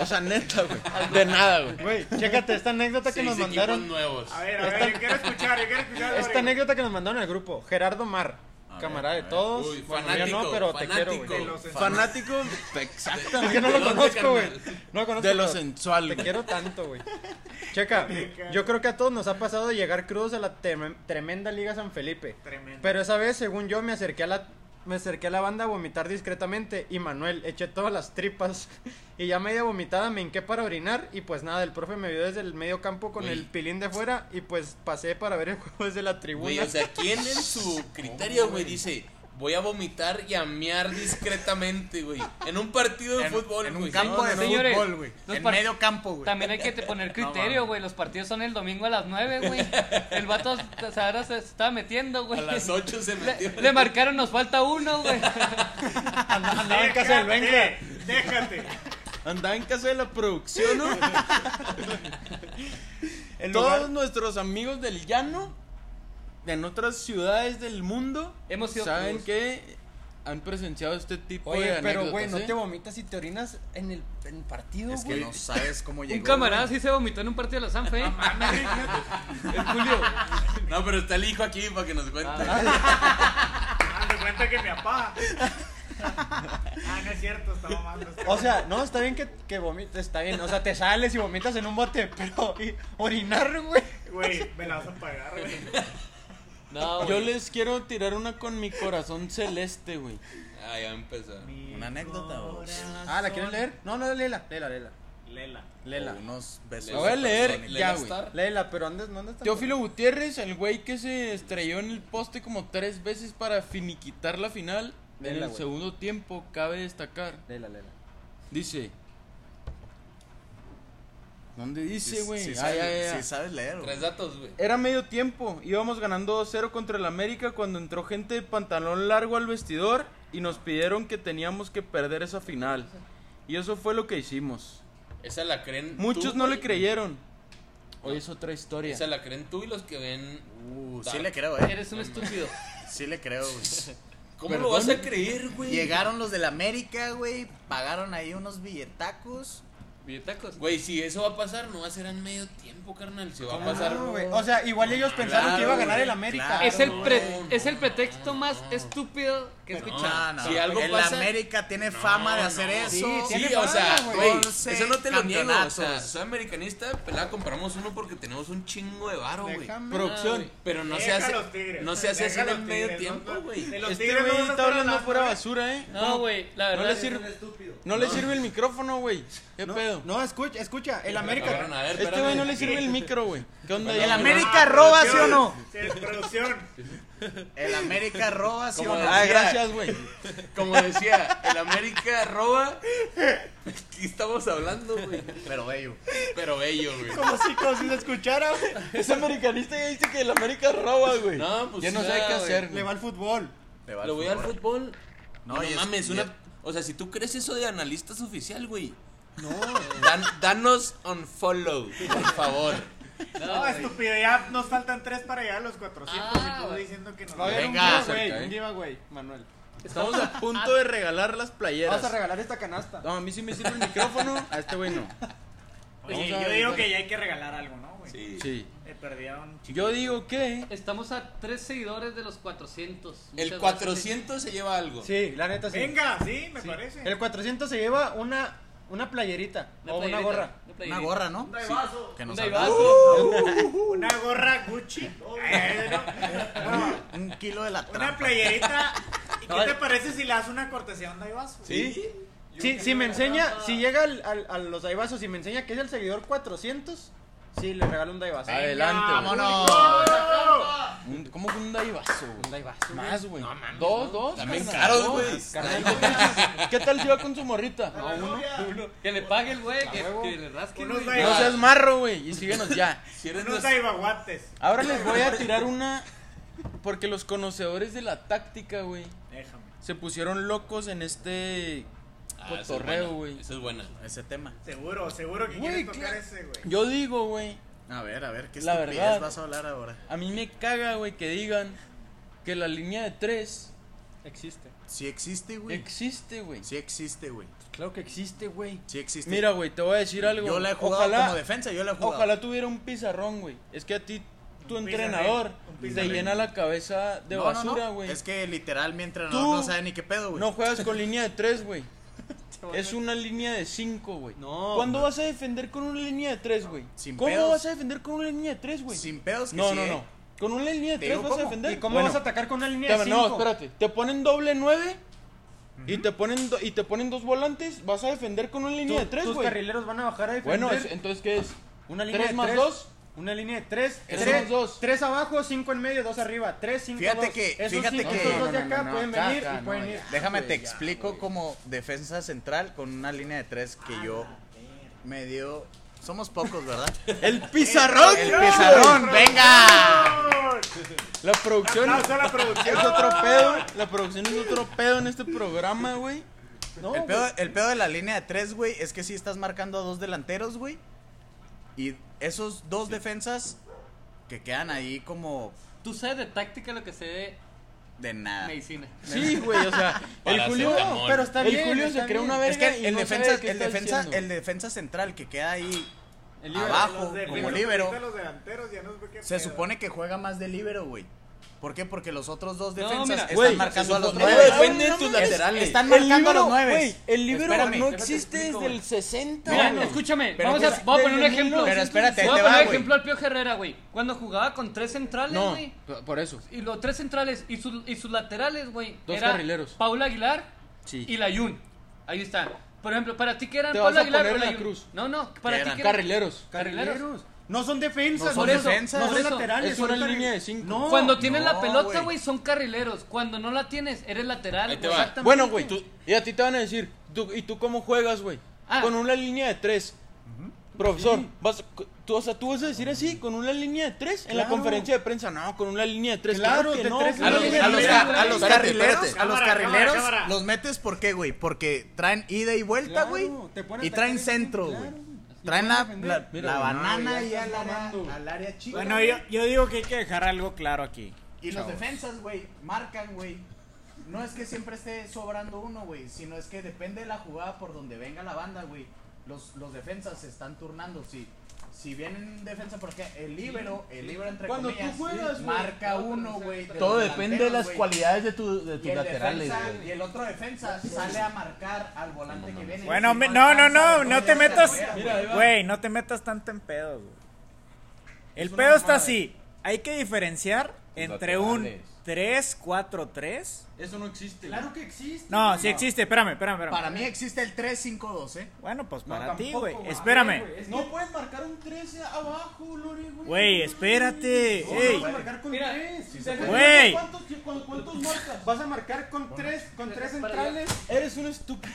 Speaker 1: O sea, neta, güey. De nada, güey.
Speaker 4: Güey, chécate esta anécdota que
Speaker 6: Seis
Speaker 4: nos
Speaker 6: equipos
Speaker 4: mandaron.
Speaker 6: nuevos.
Speaker 2: A ver, a ver, yo quiero escuchar, yo quiero escuchar.
Speaker 4: Esta anécdota que nos mandaron al grupo, Gerardo Mar,
Speaker 5: A ver,
Speaker 4: camarada
Speaker 5: a
Speaker 4: de
Speaker 5: ver.
Speaker 4: todos.
Speaker 6: Uy,
Speaker 4: Bueno,
Speaker 6: fanático,
Speaker 4: yo no, pero te quiero,
Speaker 6: fanático.
Speaker 4: güey.
Speaker 1: Fanático, exactamente.
Speaker 4: Es que no lo
Speaker 6: ¿Dónde,
Speaker 4: conozco, güey.
Speaker 6: carnal?
Speaker 4: No lo conozco.
Speaker 1: De lo
Speaker 4: pero
Speaker 1: sensual,
Speaker 4: Te
Speaker 1: güey.
Speaker 4: quiero tanto, güey. Checa, yo creo que a todos nos ha pasado de llegar crudos a la trem- tremenda Liga San Felipe.
Speaker 2: Tremendo.
Speaker 4: Pero esa vez, según yo, me acerqué a la me acerqué a la banda a vomitar discretamente y Manuel eché todas las tripas y ya media vomitada me hinqué para orinar y pues nada, el profe me vio desde el medio campo con
Speaker 6: Güey.
Speaker 4: el pilín de fuera y pues pasé para ver el juego desde la tribuna.
Speaker 6: Güey, o sea, ¿quién en su criterio, güey, dice voy a vomitar y a mear discretamente, güey? En un partido de
Speaker 5: En-
Speaker 6: fútbol,
Speaker 5: en un
Speaker 6: güey.
Speaker 5: campo de
Speaker 3: Señores,
Speaker 5: fútbol, güey.
Speaker 3: los
Speaker 5: En
Speaker 3: par-
Speaker 5: medio campo, güey.
Speaker 3: También hay que te poner criterio,
Speaker 5: mames.
Speaker 3: güey. Los partidos son el domingo a las 9, güey. El vato o sea, ahora se estaba metiendo, güey.
Speaker 6: A las 8 se metió.
Speaker 3: Le, le marcaron, nos falta uno, güey.
Speaker 4: andaba en casa del Benja.
Speaker 2: Déjate.
Speaker 1: Andaba en casa de la producción, ¿no?
Speaker 4: El
Speaker 1: Todos
Speaker 4: lugar-
Speaker 1: nuestros amigos del llano, en otras ciudades del mundo,
Speaker 3: Hemos sido
Speaker 1: saben
Speaker 3: crudos.
Speaker 1: que han presenciado este tipo de
Speaker 4: Oye,
Speaker 1: anécdotas.
Speaker 4: pero güey, no
Speaker 1: ¿eh?
Speaker 4: te vomitas y te orinas en el en el partido,
Speaker 5: Es que
Speaker 4: güey.
Speaker 5: no sabes cómo llegó.
Speaker 3: Un camarada
Speaker 5: güey.
Speaker 3: sí se vomitó en un partido de la Sanfe, ¿eh? En Julio.
Speaker 6: No, pero está el hijo aquí para que nos cuente.
Speaker 2: Hazte cuenta que mi papá. Ah, no es cierto, está mamando. está
Speaker 4: O sea, no, está bien que, que vomites, está bien. O sea, te sales y vomitas en un bote, pero y- orinar, güey.
Speaker 2: Güey, me la vas a pagar, güey.
Speaker 3: No,
Speaker 1: Yo
Speaker 3: güey.
Speaker 1: les quiero tirar una con mi corazón celeste, güey.
Speaker 6: Ah, ya empezó.
Speaker 5: Una anécdota, o
Speaker 4: Ah, ¿la quieres leer? No, no, léela, léela, léela.
Speaker 2: Lela.
Speaker 4: Léela.
Speaker 5: o unos besos.
Speaker 1: La voy a leer
Speaker 5: supersónicos.
Speaker 1: ya,
Speaker 6: Leo
Speaker 1: güey.
Speaker 6: Star.
Speaker 4: Léela, pero andes, no andes tan-
Speaker 1: Teófilo Gutiérrez, el güey que se estrelló en el poste como tres veces para finiquitar la final. en
Speaker 4: Vela,
Speaker 1: el
Speaker 4: güey.
Speaker 1: segundo tiempo, cabe destacar.
Speaker 4: Léela, léela.
Speaker 1: Dice. ¿Dónde
Speaker 5: Sí,
Speaker 1: dice,
Speaker 5: sí
Speaker 1: güey? Ah,
Speaker 5: sabes-
Speaker 1: ya, ya, ya.
Speaker 5: sí sabes leer, güey.
Speaker 6: Tres datos, güey.
Speaker 1: Era medio tiempo, íbamos ganando 2-0 contra el América cuando entró gente de pantalón largo al vestidor y nos pidieron que teníamos que perder esa final. Y eso fue lo que hicimos.
Speaker 6: Esa la creen.
Speaker 1: Muchos
Speaker 6: tú,
Speaker 1: no
Speaker 6: güey.
Speaker 1: le creyeron. Hoy es otra historia.
Speaker 6: Esa la creen tú y los que ven.
Speaker 5: Uh, sí
Speaker 6: Dark.
Speaker 5: le creo, eh.
Speaker 3: Eres un estúpido.
Speaker 5: Sí le creo, güey.
Speaker 6: ¿Cómo
Speaker 1: Perdón.
Speaker 6: lo vas a creer, güey?
Speaker 5: Llegaron los del América, güey. Pagaron ahí unos billetacos.
Speaker 3: Billetacos.
Speaker 6: Güey, si eso va a pasar, no va a ser en medio tiempo, carnal. Se va a pasar.
Speaker 4: No, güey. O sea, igual ellos pensaron
Speaker 6: Claro,
Speaker 4: que iba a ganar
Speaker 6: güey,
Speaker 4: el América.
Speaker 5: claro.
Speaker 3: Es el, pre-
Speaker 6: no, no,
Speaker 3: es el pretexto más estúpido que he
Speaker 6: Pero
Speaker 3: escuchado.
Speaker 5: No, no.
Speaker 6: Si algo
Speaker 5: el
Speaker 6: pasa-
Speaker 5: América tiene fama de hacer
Speaker 6: no.
Speaker 5: eso.
Speaker 4: Sí,
Speaker 6: Sí,
Speaker 4: Tiene
Speaker 6: o sea,
Speaker 4: fama,
Speaker 6: güey,
Speaker 5: güey.
Speaker 6: eso no te lo niego, o sea,
Speaker 5: campeonatos.
Speaker 6: soy americanista, pelada, compramos uno porque tenemos un chingo de varo, güey.
Speaker 4: Déjame.
Speaker 1: Producción.
Speaker 6: Pero no se
Speaker 2: Deja
Speaker 6: hace,
Speaker 2: los tigres.
Speaker 6: no se hace así
Speaker 2: Deja
Speaker 6: en el
Speaker 2: los
Speaker 6: medio
Speaker 2: tigres,
Speaker 6: tiempo,
Speaker 2: no- de
Speaker 6: güey.
Speaker 2: los
Speaker 1: Este
Speaker 2: tigres no
Speaker 1: güey
Speaker 2: vas a
Speaker 1: está
Speaker 2: estar
Speaker 1: hablando
Speaker 2: hablando,
Speaker 1: pura
Speaker 2: güey.
Speaker 1: basura, ¿eh?
Speaker 3: No, güey, la
Speaker 1: No
Speaker 3: verdad.
Speaker 1: le sirve, no le sirve el micrófono, güey. ¿Qué
Speaker 4: No,
Speaker 1: pedo?
Speaker 4: no, escucha, escucha, el
Speaker 6: Cabrón, a
Speaker 4: América.
Speaker 6: ver,
Speaker 1: este
Speaker 6: espérame.
Speaker 1: güey no le sirve el micro, güey. ¿Qué onda? ahí?
Speaker 5: El América-
Speaker 2: Ah,
Speaker 5: roba,
Speaker 2: producción.
Speaker 5: ¿sí o no?
Speaker 2: Sí, es producción.
Speaker 5: El América roba, sí
Speaker 6: Como
Speaker 5: o no.
Speaker 1: Ah, gracias, güey.
Speaker 6: Como decía, el América roba. ¿Qué estamos hablando, güey?
Speaker 5: Pero bello.
Speaker 6: Pero bello, güey.
Speaker 4: Como si, como si se escuchara, güey.
Speaker 1: Ese americanista ya dice que el América roba, güey.
Speaker 6: No, pues
Speaker 1: Ya no
Speaker 6: sí,
Speaker 1: sabe qué
Speaker 6: güey.
Speaker 1: hacer,
Speaker 4: Le va al fútbol.
Speaker 5: Te va
Speaker 6: Lo voy al
Speaker 5: fútbol.
Speaker 6: fútbol.
Speaker 5: No,
Speaker 6: No,
Speaker 5: y es-
Speaker 6: mames,
Speaker 5: y es-
Speaker 6: una. O sea, si tú crees eso de analistas oficial, güey. No. danos un follow, por favor.
Speaker 2: No, estúpido, ya nos faltan tres para llegar a los 400
Speaker 3: Ah,
Speaker 2: y tú
Speaker 3: güey.
Speaker 2: diciendo que nos
Speaker 4: Va a haber
Speaker 5: Venga,
Speaker 4: un giveaway,
Speaker 1: cerca, eh.
Speaker 4: un giveaway, Manuel.
Speaker 1: Estamos a punto de regalar las playeras.
Speaker 4: Vas a regalar esta canasta.
Speaker 1: No, a mí sí me sirve el micrófono, a este güey no.
Speaker 2: Oye,
Speaker 1: Vamos a
Speaker 2: yo
Speaker 1: ver,
Speaker 2: digo
Speaker 1: vale.
Speaker 2: que ya hay que regalar algo, ¿no, güey?
Speaker 6: Sí.
Speaker 1: Sí.
Speaker 2: He perdido a un chico.
Speaker 1: Yo digo que
Speaker 3: Estamos a tres seguidores de los 400.
Speaker 6: El
Speaker 3: Muchas
Speaker 6: 400 se lleva algo.
Speaker 4: Sí, la neta sí.
Speaker 2: Venga, sí, me
Speaker 4: Sí.
Speaker 2: parece.
Speaker 4: El 400 se lleva una, una playerita
Speaker 3: gracias.
Speaker 4: o Oh, una
Speaker 3: playerita,
Speaker 4: gorra.
Speaker 5: Una
Speaker 3: playerita.
Speaker 5: gorra, ¿no?
Speaker 2: Un
Speaker 5: Sí,
Speaker 2: vaso.
Speaker 5: que nos
Speaker 3: Un
Speaker 5: habla-
Speaker 3: vaso.
Speaker 2: Una gorra Gucci. Eh, no. No,
Speaker 5: Un kilo de la
Speaker 2: Una
Speaker 5: trampa.
Speaker 2: playerita. ¿Y qué te parece si le das una cortesía a onda y vaso?
Speaker 6: Sí.
Speaker 4: Sí, si me enseña, si llega al, al- a los daivasos y me enseña que es el seguidor 400, sí, le regalo un daivaso.
Speaker 1: Adelante, güey.
Speaker 5: Vámonos.
Speaker 1: Un- ¿Cómo que un daivazo, güey?
Speaker 4: Un daivazo.
Speaker 1: Más, güey. dos, dos.
Speaker 6: También
Speaker 1: carnal,
Speaker 6: caros,
Speaker 1: dos.
Speaker 6: güey.
Speaker 1: ¿Qué tal si va con su morrita? No,
Speaker 3: Que le pague el güey, que,
Speaker 4: huevo.
Speaker 3: que le rasque.
Speaker 2: Unos
Speaker 3: güey.
Speaker 2: da-
Speaker 1: seas marro, güey. Y síguenos ya.
Speaker 6: Si eres
Speaker 2: Unos
Speaker 6: nuestro-
Speaker 2: daibaguates.
Speaker 1: Ahora les voy a tirar una. Porque los conocedores de la táctica, güey,
Speaker 2: Déjame.
Speaker 1: se pusieron locos en este
Speaker 6: Ah, esa es
Speaker 1: cotorreo,
Speaker 6: buena,
Speaker 1: güey.
Speaker 6: Esa es buena.
Speaker 5: Ese tema.
Speaker 2: Seguro, seguro que
Speaker 1: Güey,
Speaker 2: quieres tocar
Speaker 1: claro.
Speaker 2: ese, güey.
Speaker 1: Yo digo, güey,
Speaker 5: A ver, a ver, ¿qué
Speaker 1: La
Speaker 5: estupidez
Speaker 1: verdad.
Speaker 5: vas a hablar ahora?
Speaker 1: a mí me caga, güey, que digan que la línea de tres
Speaker 4: Existe.
Speaker 5: Sí existe, güey.
Speaker 1: existe, güey.
Speaker 5: Sí existe, güey.
Speaker 4: Claro que existe, güey.
Speaker 5: Sí existe.
Speaker 1: Mira, güey, te voy a decir algo.
Speaker 5: yo la he jugado
Speaker 1: Ojalá-
Speaker 5: como defensa, yo la he jugado.
Speaker 1: Ojalá tuviera un pizarrón, güey. Es que a ti, tu
Speaker 2: Un
Speaker 1: entrenador,
Speaker 2: pizarrín, un
Speaker 1: te
Speaker 2: pizarrín.
Speaker 1: llena la cabeza de
Speaker 5: No, no, no.
Speaker 1: basura, güey. No,
Speaker 5: Es que literal mi entrenador
Speaker 1: Tú-
Speaker 5: no sabe ni qué pedo, güey.
Speaker 1: juegas con línea de tres, güey. Es una línea de cinco, güey.
Speaker 4: No,
Speaker 1: ¿Cuándo
Speaker 4: güey.
Speaker 1: vas a defender con una línea de tres, güey?
Speaker 5: Sin
Speaker 1: ¿Cómo
Speaker 5: pedos.
Speaker 1: vas a defender con una línea de tres, güey?
Speaker 5: Sin pedos que
Speaker 1: No,
Speaker 5: sí,
Speaker 1: no,
Speaker 5: eh.
Speaker 1: no. Con una línea de
Speaker 5: Te
Speaker 1: tres
Speaker 5: digo
Speaker 1: vas a
Speaker 5: cómo.
Speaker 1: defender.
Speaker 4: ¿Y cómo
Speaker 1: Bueno,
Speaker 4: vas a atacar con una línea de
Speaker 1: te-
Speaker 4: 5?
Speaker 1: No, espérate. Te ponen doble nueve y te ponen do- y te ponen dos volantes. Vas a defender con una línea de tres,
Speaker 4: tus
Speaker 1: güey.
Speaker 4: carrileros van a bajar a defender.
Speaker 1: Bueno, es- entonces ¿qué es?
Speaker 4: una línea
Speaker 1: ¿Tres
Speaker 4: de
Speaker 1: más
Speaker 4: tres,
Speaker 1: dos?
Speaker 4: Una línea de tres.
Speaker 1: Tres más
Speaker 4: tres,
Speaker 1: dos.
Speaker 4: tres abajo, cinco en medio, dos arriba. Tres, cinco,
Speaker 5: Fíjate
Speaker 4: dos.
Speaker 5: que-
Speaker 4: Esos
Speaker 5: fíjate
Speaker 4: cinco,
Speaker 5: que-
Speaker 4: estos dos de
Speaker 1: No, no, no,
Speaker 4: acá
Speaker 1: no,
Speaker 4: pueden
Speaker 1: acá,
Speaker 4: venir
Speaker 1: acá,
Speaker 4: y
Speaker 1: no,
Speaker 4: pueden
Speaker 1: ya.
Speaker 4: ir.
Speaker 5: Déjame
Speaker 1: güey, Ah,
Speaker 5: te
Speaker 1: ya,
Speaker 5: explico como defensa central con una línea de tres que yo me dio. Somos pocos, ¿verdad?
Speaker 1: El pizarrón.
Speaker 5: El pizarrón, venga.
Speaker 1: La producción.
Speaker 2: Aplauso a la producción.
Speaker 1: Es otro pedo, la producción es otro pedo en este programa, Oh, güey. No,
Speaker 5: El pedo, el pedo de la línea de tres, güey, es que si estás marcando a dos delanteros, güey. Y esos dos defensas que quedan ahí como
Speaker 3: Tú sabes de táctica lo que sé de
Speaker 5: de nada.
Speaker 3: medicina.
Speaker 1: Sí, güey, o sea, el
Speaker 6: Para
Speaker 1: Julio,
Speaker 6: ser mamón.
Speaker 4: pero está
Speaker 1: el
Speaker 4: bien,
Speaker 1: Julio
Speaker 4: está
Speaker 1: se crea
Speaker 4: bien.
Speaker 1: una
Speaker 5: Es
Speaker 1: verga
Speaker 5: que el
Speaker 1: no
Speaker 5: defensa,
Speaker 1: sabe qué
Speaker 5: el
Speaker 1: está Ah,
Speaker 5: defensa,
Speaker 1: diciendo.
Speaker 5: el defensa central que queda ahí
Speaker 4: El líbero.
Speaker 5: abajo,
Speaker 2: de-
Speaker 5: como
Speaker 2: los-
Speaker 5: líbero,
Speaker 2: ahorita los delanteros ya no sé qué
Speaker 5: se
Speaker 2: pedo.
Speaker 5: supone que juega más de líbero, güey. ¿Por qué? Porque los otros dos
Speaker 3: No,
Speaker 5: defensas
Speaker 3: mira,
Speaker 5: están
Speaker 1: güey,
Speaker 5: marcando
Speaker 1: se
Speaker 5: a los
Speaker 1: supone-
Speaker 5: nueve.
Speaker 1: Güey, depende de tus
Speaker 5: Es-
Speaker 1: laterales.
Speaker 5: Están
Speaker 1: El
Speaker 5: marcando a los
Speaker 1: libero,
Speaker 5: nueve.
Speaker 1: güey, el libro
Speaker 5: Espérame.
Speaker 1: no
Speaker 3: te
Speaker 1: existe
Speaker 3: explico,
Speaker 1: desde el
Speaker 3: güey.
Speaker 1: 60.
Speaker 3: Mira,
Speaker 1: güey.
Speaker 3: escúchame,
Speaker 5: Pero
Speaker 3: vamos a,
Speaker 5: pues,
Speaker 3: voy a poner un
Speaker 1: desde
Speaker 3: ejemplo.
Speaker 1: 1915.
Speaker 5: Pero espérate, ahí
Speaker 3: voy
Speaker 5: te
Speaker 3: a poner
Speaker 5: va,
Speaker 3: un
Speaker 5: güey.
Speaker 3: ejemplo al Pio Herrera, güey. Cuando jugaba con tres centrales,
Speaker 1: No,
Speaker 3: güey.
Speaker 1: p- por eso.
Speaker 3: Y los tres centrales y sus, y sus laterales, güey.
Speaker 1: Dos
Speaker 3: era
Speaker 1: carrileros.
Speaker 3: Paula Aguilar
Speaker 1: Sí.
Speaker 3: y la Yun. Ahí está. Por ejemplo, para ti que eran
Speaker 1: Te
Speaker 3: Paula
Speaker 1: vas a
Speaker 3: Aguilar
Speaker 1: poner
Speaker 3: o
Speaker 1: la
Speaker 3: Yun?
Speaker 1: cruz.
Speaker 3: No, no, para ti
Speaker 5: eran?
Speaker 3: que eran
Speaker 1: Carrileros.
Speaker 3: carrileros.
Speaker 4: No son defensas,
Speaker 5: No son
Speaker 4: por eso.
Speaker 5: defensas.
Speaker 4: No
Speaker 3: Por
Speaker 4: son
Speaker 3: eso.
Speaker 4: laterales.
Speaker 1: Es una
Speaker 4: son carri-
Speaker 1: línea de cinco.
Speaker 4: No.
Speaker 3: Cuando tienes la
Speaker 5: no,
Speaker 3: pelota,
Speaker 5: güey.
Speaker 3: güey, son carrileros. Cuando no la tienes, eres lateral.
Speaker 6: Ahí te
Speaker 3: güey.
Speaker 6: va.
Speaker 3: Exactamente.
Speaker 1: Bueno, güey, tú- y a ti te van a decir, tú- ¿y tú cómo juegas, güey?
Speaker 3: Ah.
Speaker 1: Con una línea de tres. Profesor, vas, tú, o sea, tú vas a decir así, con una línea de tres en la
Speaker 4: Claro.
Speaker 1: conferencia de prensa. No, con una línea de tres.
Speaker 4: Claro,
Speaker 1: que
Speaker 4: de
Speaker 1: no,
Speaker 4: tres
Speaker 1: güey.
Speaker 5: A los, a los ca- a los
Speaker 1: Espérate,
Speaker 5: carrileros,
Speaker 1: espérate.
Speaker 5: a los
Speaker 2: Cámara,
Speaker 5: carrileros
Speaker 2: cámara, cámara.
Speaker 5: los metes ¿por qué, güey? Porque traen ida y vuelta,
Speaker 4: Claro,
Speaker 5: güey.
Speaker 4: te ponen a
Speaker 5: y
Speaker 4: atacar
Speaker 5: traen
Speaker 4: el-
Speaker 5: centro,
Speaker 4: claro,
Speaker 5: güey.
Speaker 4: güey. Y
Speaker 5: Traen
Speaker 4: pueden
Speaker 5: la,
Speaker 4: defender.
Speaker 5: la,
Speaker 1: Mira,
Speaker 5: la
Speaker 1: güey,
Speaker 5: banana
Speaker 4: ya
Speaker 5: y al
Speaker 4: está
Speaker 5: área,
Speaker 4: mamando.
Speaker 5: al área chica.
Speaker 2: Bueno, yo, yo digo que hay que dejar algo claro aquí.
Speaker 5: Y los defensas, güey, marcan, güey. No es que siempre esté sobrando uno, güey, sino es que depende de la jugada por donde venga la banda, güey. Los, los defensas se están turnando, sí. Si vienen defensa, porque el libero, el libero entre
Speaker 1: Cuando tú
Speaker 5: comillas,
Speaker 1: juegas, güey.
Speaker 5: marca uno, güey. de
Speaker 6: Todo
Speaker 5: los
Speaker 6: depende de
Speaker 5: delanteros,
Speaker 6: las
Speaker 5: güey.
Speaker 6: cualidades de, tu, de
Speaker 5: Y
Speaker 6: tus
Speaker 5: el,
Speaker 6: laterales,
Speaker 5: defensa-
Speaker 6: güey.
Speaker 5: y el otro defensa sale a marcar al volante que viene.
Speaker 2: Bueno,
Speaker 5: Si
Speaker 2: me- no, no, no,
Speaker 5: alcanza,
Speaker 2: no
Speaker 5: entonces
Speaker 2: te
Speaker 5: se
Speaker 2: metas.
Speaker 5: fuera, güey.
Speaker 2: Güey, no te metas tanto en pedos, güey. El pedo está así. Hay que diferenciar entre un
Speaker 6: laterales.
Speaker 2: 3-4-3.
Speaker 1: Eso no existe.
Speaker 4: Claro que existe.
Speaker 2: No,
Speaker 4: güey.
Speaker 2: sí existe, espérame, espérame, espérame.
Speaker 5: Para mí existe el 3-5-2, ¿eh?
Speaker 2: Bueno, pues
Speaker 4: No,
Speaker 2: para ti,
Speaker 4: tampoco,
Speaker 2: güey.
Speaker 4: güey.
Speaker 2: Espérame.
Speaker 4: Güey, es que-
Speaker 1: No puedes marcar un 13 abajo, Lore, güey.
Speaker 2: Güey, espérate.
Speaker 4: No,
Speaker 2: Ey.
Speaker 4: vas a marcar con
Speaker 3: Mira,
Speaker 4: tres.
Speaker 2: Güey.
Speaker 1: ¿Cuántos, cu- cuántos marcas?
Speaker 4: Vas a marcar con tres, con tres centrales.
Speaker 1: Eres un estúpido.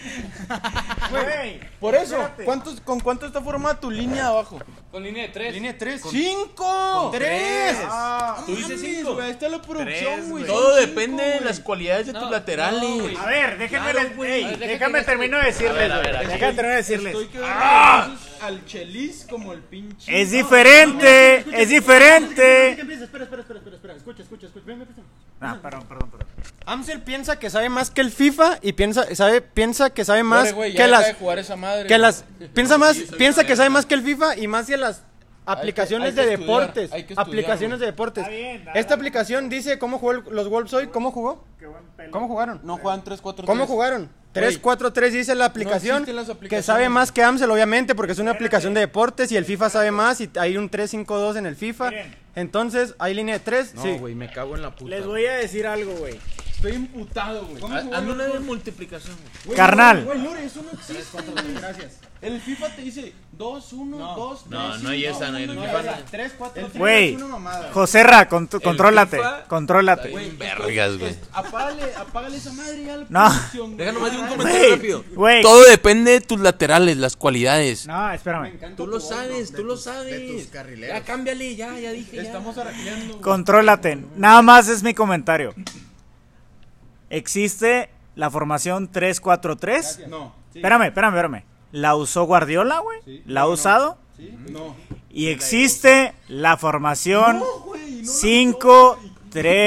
Speaker 2: Güey.
Speaker 1: Por eso,
Speaker 2: Espérate.
Speaker 1: ¿cuántos, ¿con cuánto está formada tu línea de abajo?
Speaker 3: Con línea de tres.
Speaker 4: Línea de tres.
Speaker 2: Eh,
Speaker 1: ¡Cinco!
Speaker 5: ¡Tres!
Speaker 1: Ah,
Speaker 6: Tú dices
Speaker 1: mames,
Speaker 6: cinco.
Speaker 1: güey, ahí está la producción,
Speaker 5: Tres,
Speaker 1: güey.
Speaker 5: güey.
Speaker 6: Todo
Speaker 1: Son
Speaker 6: depende
Speaker 1: cinco,
Speaker 6: de
Speaker 1: güey.
Speaker 6: las cualidades de
Speaker 3: No,
Speaker 6: tus
Speaker 3: no,
Speaker 6: laterales.
Speaker 3: güey.
Speaker 2: A ver, déjenme,
Speaker 6: Claro,
Speaker 2: les-
Speaker 6: güey.
Speaker 2: ey,
Speaker 3: A ver, deja
Speaker 2: déjame
Speaker 3: que-
Speaker 2: termino de decirles,
Speaker 6: A ver, a ver,
Speaker 2: güey.
Speaker 6: aquí.
Speaker 2: Déjame termino de decirles.
Speaker 1: Estoy quedando
Speaker 4: Ah.
Speaker 1: entonces al Chelis como el pinche.
Speaker 2: Es diferente, es diferente.
Speaker 4: Espera, espera, espera, espera, espera. Escucha, escucha, escucha. Ven, ven, ven.
Speaker 2: No, perdón, perdón, perdón.
Speaker 4: Amsel piensa que sabe más que el FIFA y piensa, sabe, piensa que sabe más
Speaker 1: Lore, güey, ya
Speaker 4: que
Speaker 1: deja de
Speaker 4: las,
Speaker 1: jugar esa madre,
Speaker 4: que
Speaker 1: güey.
Speaker 4: las, piensa más,
Speaker 6: Sí, soy
Speaker 4: piensa que
Speaker 6: cabeza.
Speaker 4: sabe más que el FIFA y más que las aplicaciones
Speaker 1: hay que
Speaker 4: de
Speaker 1: estudiar,
Speaker 4: deportes,
Speaker 1: hay que estudiar,
Speaker 4: aplicaciones
Speaker 1: güey.
Speaker 4: de deportes.
Speaker 2: Está bien, está
Speaker 4: Esta
Speaker 2: bien.
Speaker 4: aplicación dice cómo jugó el- los Wolves hoy, cómo jugó,
Speaker 2: Qué buen pelo.
Speaker 4: cómo jugaron,
Speaker 1: No juegan 3-4-3.
Speaker 4: cómo jugaron. 3-4-3 dice la aplicación
Speaker 1: existen las
Speaker 4: que
Speaker 1: aplicaciones.
Speaker 4: sabe más que Amsel obviamente porque es una aplicación de deportes y el FIFA sabe más y hay un 3-5-2 en el FIFA.
Speaker 2: Miren.
Speaker 4: Entonces, hay línea de 3,
Speaker 1: No,
Speaker 4: sí.
Speaker 1: güey, me cago en la puta.
Speaker 2: Les voy a decir algo, güey.
Speaker 1: Estoy emputado, güey. Ah,
Speaker 6: Haz- Hazme una de multiplicación, güey.
Speaker 1: Güey,
Speaker 2: Carnal.
Speaker 1: no, Güey, Lore, eso no existe, güey. Gracias. El FIFA te dice 2, 1, 2, 3.
Speaker 6: No, no hay esa, no hay
Speaker 1: el
Speaker 6: el FIFA.
Speaker 1: FIFA.
Speaker 4: 3, 4,
Speaker 1: El FIFA
Speaker 2: Güey.
Speaker 1: es una mamada.
Speaker 2: Joserra, cont- contrólate,
Speaker 6: FIFA
Speaker 2: contrólate.
Speaker 6: está bien verga.
Speaker 7: Vergas, güey.
Speaker 1: Apágale, apágale esa madre ya la
Speaker 2: No.
Speaker 1: producción, güey.
Speaker 6: Deja nomás de un
Speaker 1: Apágale.
Speaker 6: comentario rápido.
Speaker 2: Güey.
Speaker 6: Todo depende de tus laterales, las cualidades.
Speaker 2: No, espérame.
Speaker 6: Tú lo sabes, tú lo
Speaker 5: de tus
Speaker 6: sabes.
Speaker 5: carrileros.
Speaker 6: Ya cámbiale, ya, ya dije. ya.
Speaker 1: Estamos arreglando, güey.
Speaker 2: Contrólate. Nada más es mi comentario. Existe la formación 3-4-3.
Speaker 1: No. sí,
Speaker 2: Espérame, espérame, espérame. La usó Guardiola, güey.
Speaker 1: Sí.
Speaker 2: La ha
Speaker 1: No, no.
Speaker 2: usado.
Speaker 1: sí, No.
Speaker 2: Y existe la formación
Speaker 1: No, güey, no la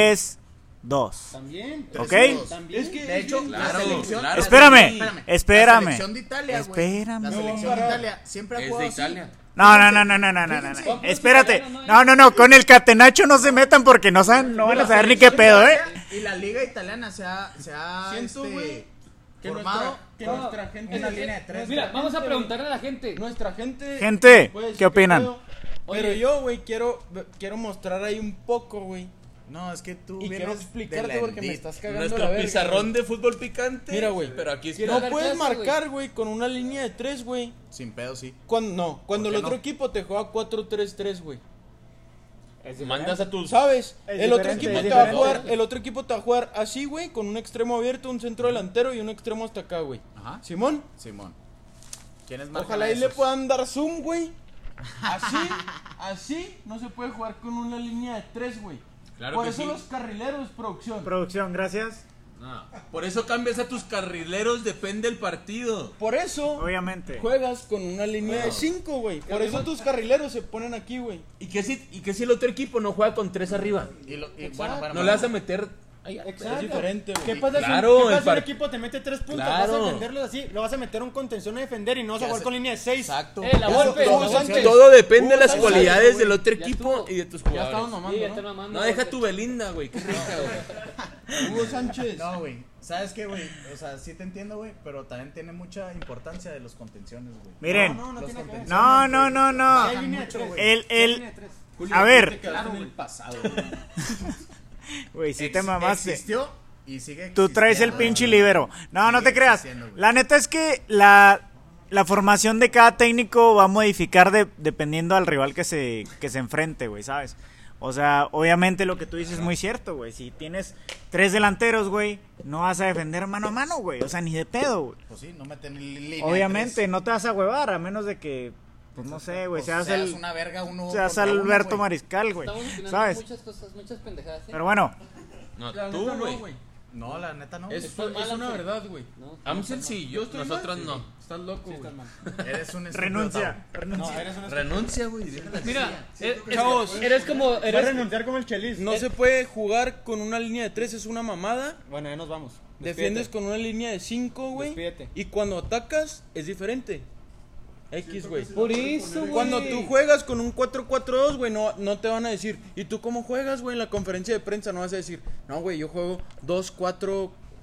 Speaker 2: 5-3-2.
Speaker 1: También.
Speaker 2: ¿Ok?
Speaker 1: También. Es que.
Speaker 5: De
Speaker 1: es
Speaker 5: hecho,
Speaker 1: que-
Speaker 5: la
Speaker 6: claro,
Speaker 5: selección.
Speaker 6: claro.
Speaker 2: Espérame,
Speaker 5: La
Speaker 2: espérame.
Speaker 5: selección de Italia, güey.
Speaker 2: Espérame.
Speaker 5: La selección de Italia siempre ha
Speaker 6: Es
Speaker 5: jugado
Speaker 6: de
Speaker 5: así.
Speaker 6: Italia.
Speaker 2: No, no, no, no, no, no, no, no, no. Espérate. No, no, no. Con el catenacho no se metan porque no, saben, no van a saber ni qué pedo, ¿eh?
Speaker 5: Y la liga italiana se ha, se ha
Speaker 1: Siento,
Speaker 5: este,
Speaker 1: güey, que
Speaker 5: formado.
Speaker 1: nuestra, que nuestra gente.
Speaker 3: Una
Speaker 5: línea de tres,
Speaker 3: Mira, vamos a preguntarle a la gente.
Speaker 1: Nuestra gente.
Speaker 2: Gente,
Speaker 1: puede decir
Speaker 2: ¿qué opinan?
Speaker 1: pedo, Pero yo, güey, quiero, quiero mostrar ahí un poco, güey.
Speaker 5: No, es que tú
Speaker 1: Y quiero
Speaker 5: vienes de
Speaker 1: explicarte
Speaker 5: la
Speaker 1: porque me
Speaker 5: Endit.
Speaker 1: estás cagando la
Speaker 6: Nuestro
Speaker 1: verga,
Speaker 6: pizarrón de fútbol picante.
Speaker 1: Mira, güey.
Speaker 6: Pero aquí está.
Speaker 1: No
Speaker 3: ver
Speaker 1: puedes
Speaker 3: qué haces,
Speaker 1: marcar, güey, con una línea de tres, güey.
Speaker 5: Sin pedo, sí.
Speaker 1: Cuando, no, cuando el
Speaker 5: qué
Speaker 1: otro
Speaker 5: no?
Speaker 1: equipo te juega 4-3-3, güey.
Speaker 6: Mandas a tus.
Speaker 1: ¿Sabes?
Speaker 4: Es
Speaker 1: el otro
Speaker 4: diferente,
Speaker 1: equipo
Speaker 4: es
Speaker 1: te va a
Speaker 4: diferente.
Speaker 1: jugar, el otro equipo te va a jugar así, güey, con un extremo abierto, un centro delantero y un extremo hasta acá, güey.
Speaker 5: Ajá.
Speaker 1: Simón,
Speaker 5: Simón. ¿Quiénes marcan
Speaker 1: ojalá
Speaker 5: a
Speaker 1: ahí le
Speaker 5: esos?
Speaker 1: puedan dar zoom, güey. Así, así no se puede jugar con una línea de tres, güey.
Speaker 6: Claro
Speaker 1: Por
Speaker 6: que
Speaker 1: eso
Speaker 6: sí.
Speaker 1: los carrileros, producción.
Speaker 2: Producción, gracias.
Speaker 6: No. Por eso cambias a tus carrileros, depende del partido.
Speaker 1: Por eso
Speaker 2: Obviamente.
Speaker 1: juegas con una línea de cinco, güey. Por eso tus carrileros se ponen aquí, güey.
Speaker 6: ¿Y qué si, y qué si el otro equipo no juega con tres arriba?
Speaker 5: Y lo-
Speaker 1: Eh,
Speaker 5: y bueno, bueno,
Speaker 6: No
Speaker 5: bueno.
Speaker 6: le vas a meter.
Speaker 1: Es diferente,
Speaker 4: ¿Qué
Speaker 1: güey.
Speaker 4: pasa si-
Speaker 6: Claro,
Speaker 4: qué pasa si,
Speaker 6: el par-
Speaker 4: un equipo te mete tres puntos?
Speaker 6: Claro.
Speaker 4: Vas a defenderlos así, lo vas a meter un contención a defender y no vas a
Speaker 5: Ya
Speaker 4: jugar
Speaker 5: sé.
Speaker 4: con línea de seis.
Speaker 5: Exacto.
Speaker 3: Eh, la
Speaker 5: Ya
Speaker 3: golpe.
Speaker 5: son
Speaker 1: Hugo
Speaker 5: todos
Speaker 1: Sánchez.
Speaker 5: opciones.
Speaker 6: Todo depende de las
Speaker 1: Sánchez,
Speaker 6: cualidades del otro
Speaker 3: Ya
Speaker 6: equipo
Speaker 3: estuvo.
Speaker 6: y de tus
Speaker 1: Ya estamos
Speaker 6: jugadores.
Speaker 1: nomás, ¿no?
Speaker 6: No, deja tu Belinda, güey. Qué rica, güey.
Speaker 1: Hugo Sánchez.
Speaker 5: No, güey. ¿Sabes qué, güey? O sea, sí te entiendo, güey, pero también tiene mucha importancia de los contenciones, güey.
Speaker 2: Miren.
Speaker 5: No, no, tiene que ver.
Speaker 2: No, no, no, no.
Speaker 4: Hay línea de tres, güey.
Speaker 2: El,
Speaker 4: Hay línea de
Speaker 2: el.
Speaker 4: tres.
Speaker 1: Julio,
Speaker 2: A
Speaker 1: tú
Speaker 2: ver.
Speaker 1: te quedaste en el pasado, güey.
Speaker 2: Güey, si te
Speaker 5: Ex-
Speaker 2: mamaste.
Speaker 5: Existió y sigue
Speaker 2: Tú traes el
Speaker 5: existiendo,
Speaker 2: pinche
Speaker 5: güey.
Speaker 2: libero. No, no te creas.
Speaker 5: Sigue existiendo, güey.
Speaker 2: La neta es que la, la formación de cada técnico va a modificar de- dependiendo al rival que se, que se enfrente, güey, ¿sabes? O sea, obviamente lo que tú dices es muy cierto, güey. Si tienes tres delanteros, güey, no vas a defender mano a mano, güey. O sea, ni de pedo, güey.
Speaker 5: Pues sí, no meten línea.
Speaker 2: Obviamente, no te vas a huevar, a menos de que, pues no sé, güey, seas el...
Speaker 5: una verga uno
Speaker 2: Seas
Speaker 5: contra uno,
Speaker 2: Alberto
Speaker 5: güey.
Speaker 2: Mariscal, güey.
Speaker 3: Estamos opinando
Speaker 2: ¿Sabes?
Speaker 3: muchas cosas, muchas pendejadas. ¿eh?
Speaker 2: Pero bueno,
Speaker 6: No, tú, güey.
Speaker 5: No, la neta no.
Speaker 1: Es,
Speaker 3: Estás mal,
Speaker 1: es una
Speaker 3: Ángel.
Speaker 1: verdad, güey.
Speaker 3: No,
Speaker 6: Amsel sí, yo,
Speaker 1: estoy
Speaker 6: nosotros
Speaker 1: mal.
Speaker 6: no.
Speaker 1: Estás loco, güey.
Speaker 5: Eres un estúpido,
Speaker 2: renuncia.
Speaker 1: No, eres un
Speaker 6: Renuncia, güey. déjala.
Speaker 3: Mira, eres, eres como.
Speaker 4: Va a
Speaker 3: Eres,
Speaker 4: renunciar como el Chelis.
Speaker 1: No se puede jugar con una línea de tres, es una mamada.
Speaker 4: Bueno, ya nos vamos.
Speaker 1: Defiendes con una línea de cinco, güey.
Speaker 4: Despídete.
Speaker 1: Y cuando atacas, es diferente. X, güey.
Speaker 3: por eso, güey.
Speaker 1: Cuando tú juegas con un 4-4-2, güey, no, no te van a decir. ¿Y tú cómo juegas, güey? En la conferencia de prensa no vas a decir, no, güey, yo juego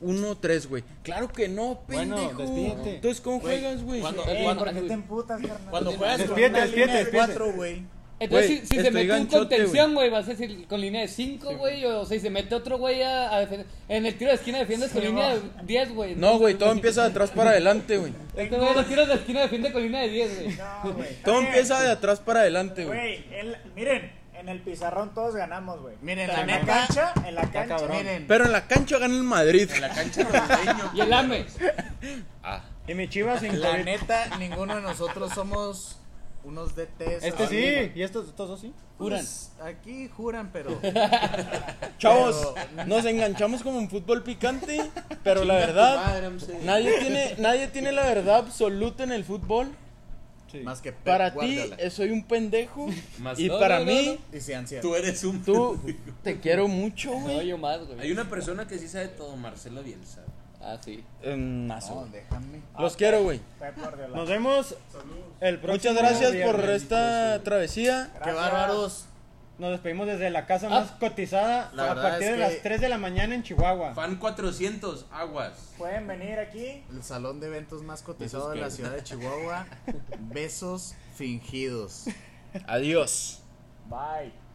Speaker 1: 2-4-1-3, güey. Claro que no,
Speaker 4: Bueno,
Speaker 1: pendejo.
Speaker 4: despídete.
Speaker 1: Entonces, ¿cómo juegas, güey?
Speaker 6: cuando-
Speaker 1: Eh,
Speaker 3: Eh,
Speaker 5: ¿Por qué
Speaker 3: güey.
Speaker 5: te emputas, carnal?
Speaker 6: Cuando juegas con
Speaker 4: Despídete,
Speaker 5: Una
Speaker 4: despídete,
Speaker 5: línea de
Speaker 4: despídete.
Speaker 5: cuatro, güey.
Speaker 3: Entonces,
Speaker 1: Güey,
Speaker 3: si, si se
Speaker 1: estoy
Speaker 3: mete
Speaker 1: ganchote,
Speaker 3: un contención, güey, vas a decir con línea de 5, güey, o si se mete otro güey a, a defender. En el tiro de esquina defiendes con línea de 10, güey.
Speaker 1: No, güey, todo empieza de atrás para adelante, güey.
Speaker 3: Este güey, los tiros de esquina defiende con línea de 10, güey.
Speaker 1: Todo empieza de atrás para adelante, güey.
Speaker 2: miren.
Speaker 8: En el pizarrón todos ganamos, güey.
Speaker 5: Miren,
Speaker 8: En la
Speaker 5: la neta.
Speaker 8: cancha, en la cancha.
Speaker 4: cabrón.
Speaker 5: Miren.
Speaker 1: Pero en la cancha gana el Madrid.
Speaker 6: En la cancha norteño.
Speaker 3: Y el E. AME.
Speaker 4: Y mi chivas sin
Speaker 5: La
Speaker 4: COVID.
Speaker 5: neta, ninguno de nosotros somos unos DTs.
Speaker 4: Este
Speaker 5: ahora
Speaker 4: sí, y estos, estos dos sí.
Speaker 5: Juran. Pues, Aquí juran, pero.
Speaker 1: Chavos, nos enganchamos como en fútbol picante, pero la verdad, nadie tiene, nadie tiene la verdad absoluta en el fútbol.
Speaker 5: Más que Pep
Speaker 1: Para ti,
Speaker 5: Guardiola.
Speaker 1: eh, soy un pendejo.
Speaker 6: Más
Speaker 1: Y
Speaker 6: no,
Speaker 1: para
Speaker 6: no, no,
Speaker 1: mí,
Speaker 5: Y se ansia.
Speaker 6: Tú eres un.
Speaker 1: tú te quiero mucho,
Speaker 3: No,
Speaker 1: güey.
Speaker 3: yo más,
Speaker 6: Hay
Speaker 3: güey.
Speaker 6: una persona que sí sabe todo, Marcelo Bielsa.
Speaker 3: Ah, sí.
Speaker 1: Mm, nazo,
Speaker 5: No,
Speaker 1: güey.
Speaker 5: déjame.
Speaker 1: Los quiero, güey.
Speaker 8: Fue por Dios.
Speaker 4: Nos vemos el próximo
Speaker 1: Muchas gracias
Speaker 4: viernes.
Speaker 1: por esta travesía.
Speaker 5: Qué bárbaros.
Speaker 4: Nos despedimos desde la casa
Speaker 3: Ah.
Speaker 4: más cotizada
Speaker 5: La
Speaker 4: a
Speaker 5: verdad
Speaker 4: partir
Speaker 5: es
Speaker 4: de
Speaker 5: que-
Speaker 4: las 3 de la mañana en Chihuahua.
Speaker 6: Fan 400, aguas.
Speaker 8: Pueden venir aquí.
Speaker 5: El salón de eventos más cotizado
Speaker 6: Besos
Speaker 5: de la
Speaker 6: que-
Speaker 5: ciudad de Chihuahua. Besos fingidos.
Speaker 1: Adiós.
Speaker 8: Bye.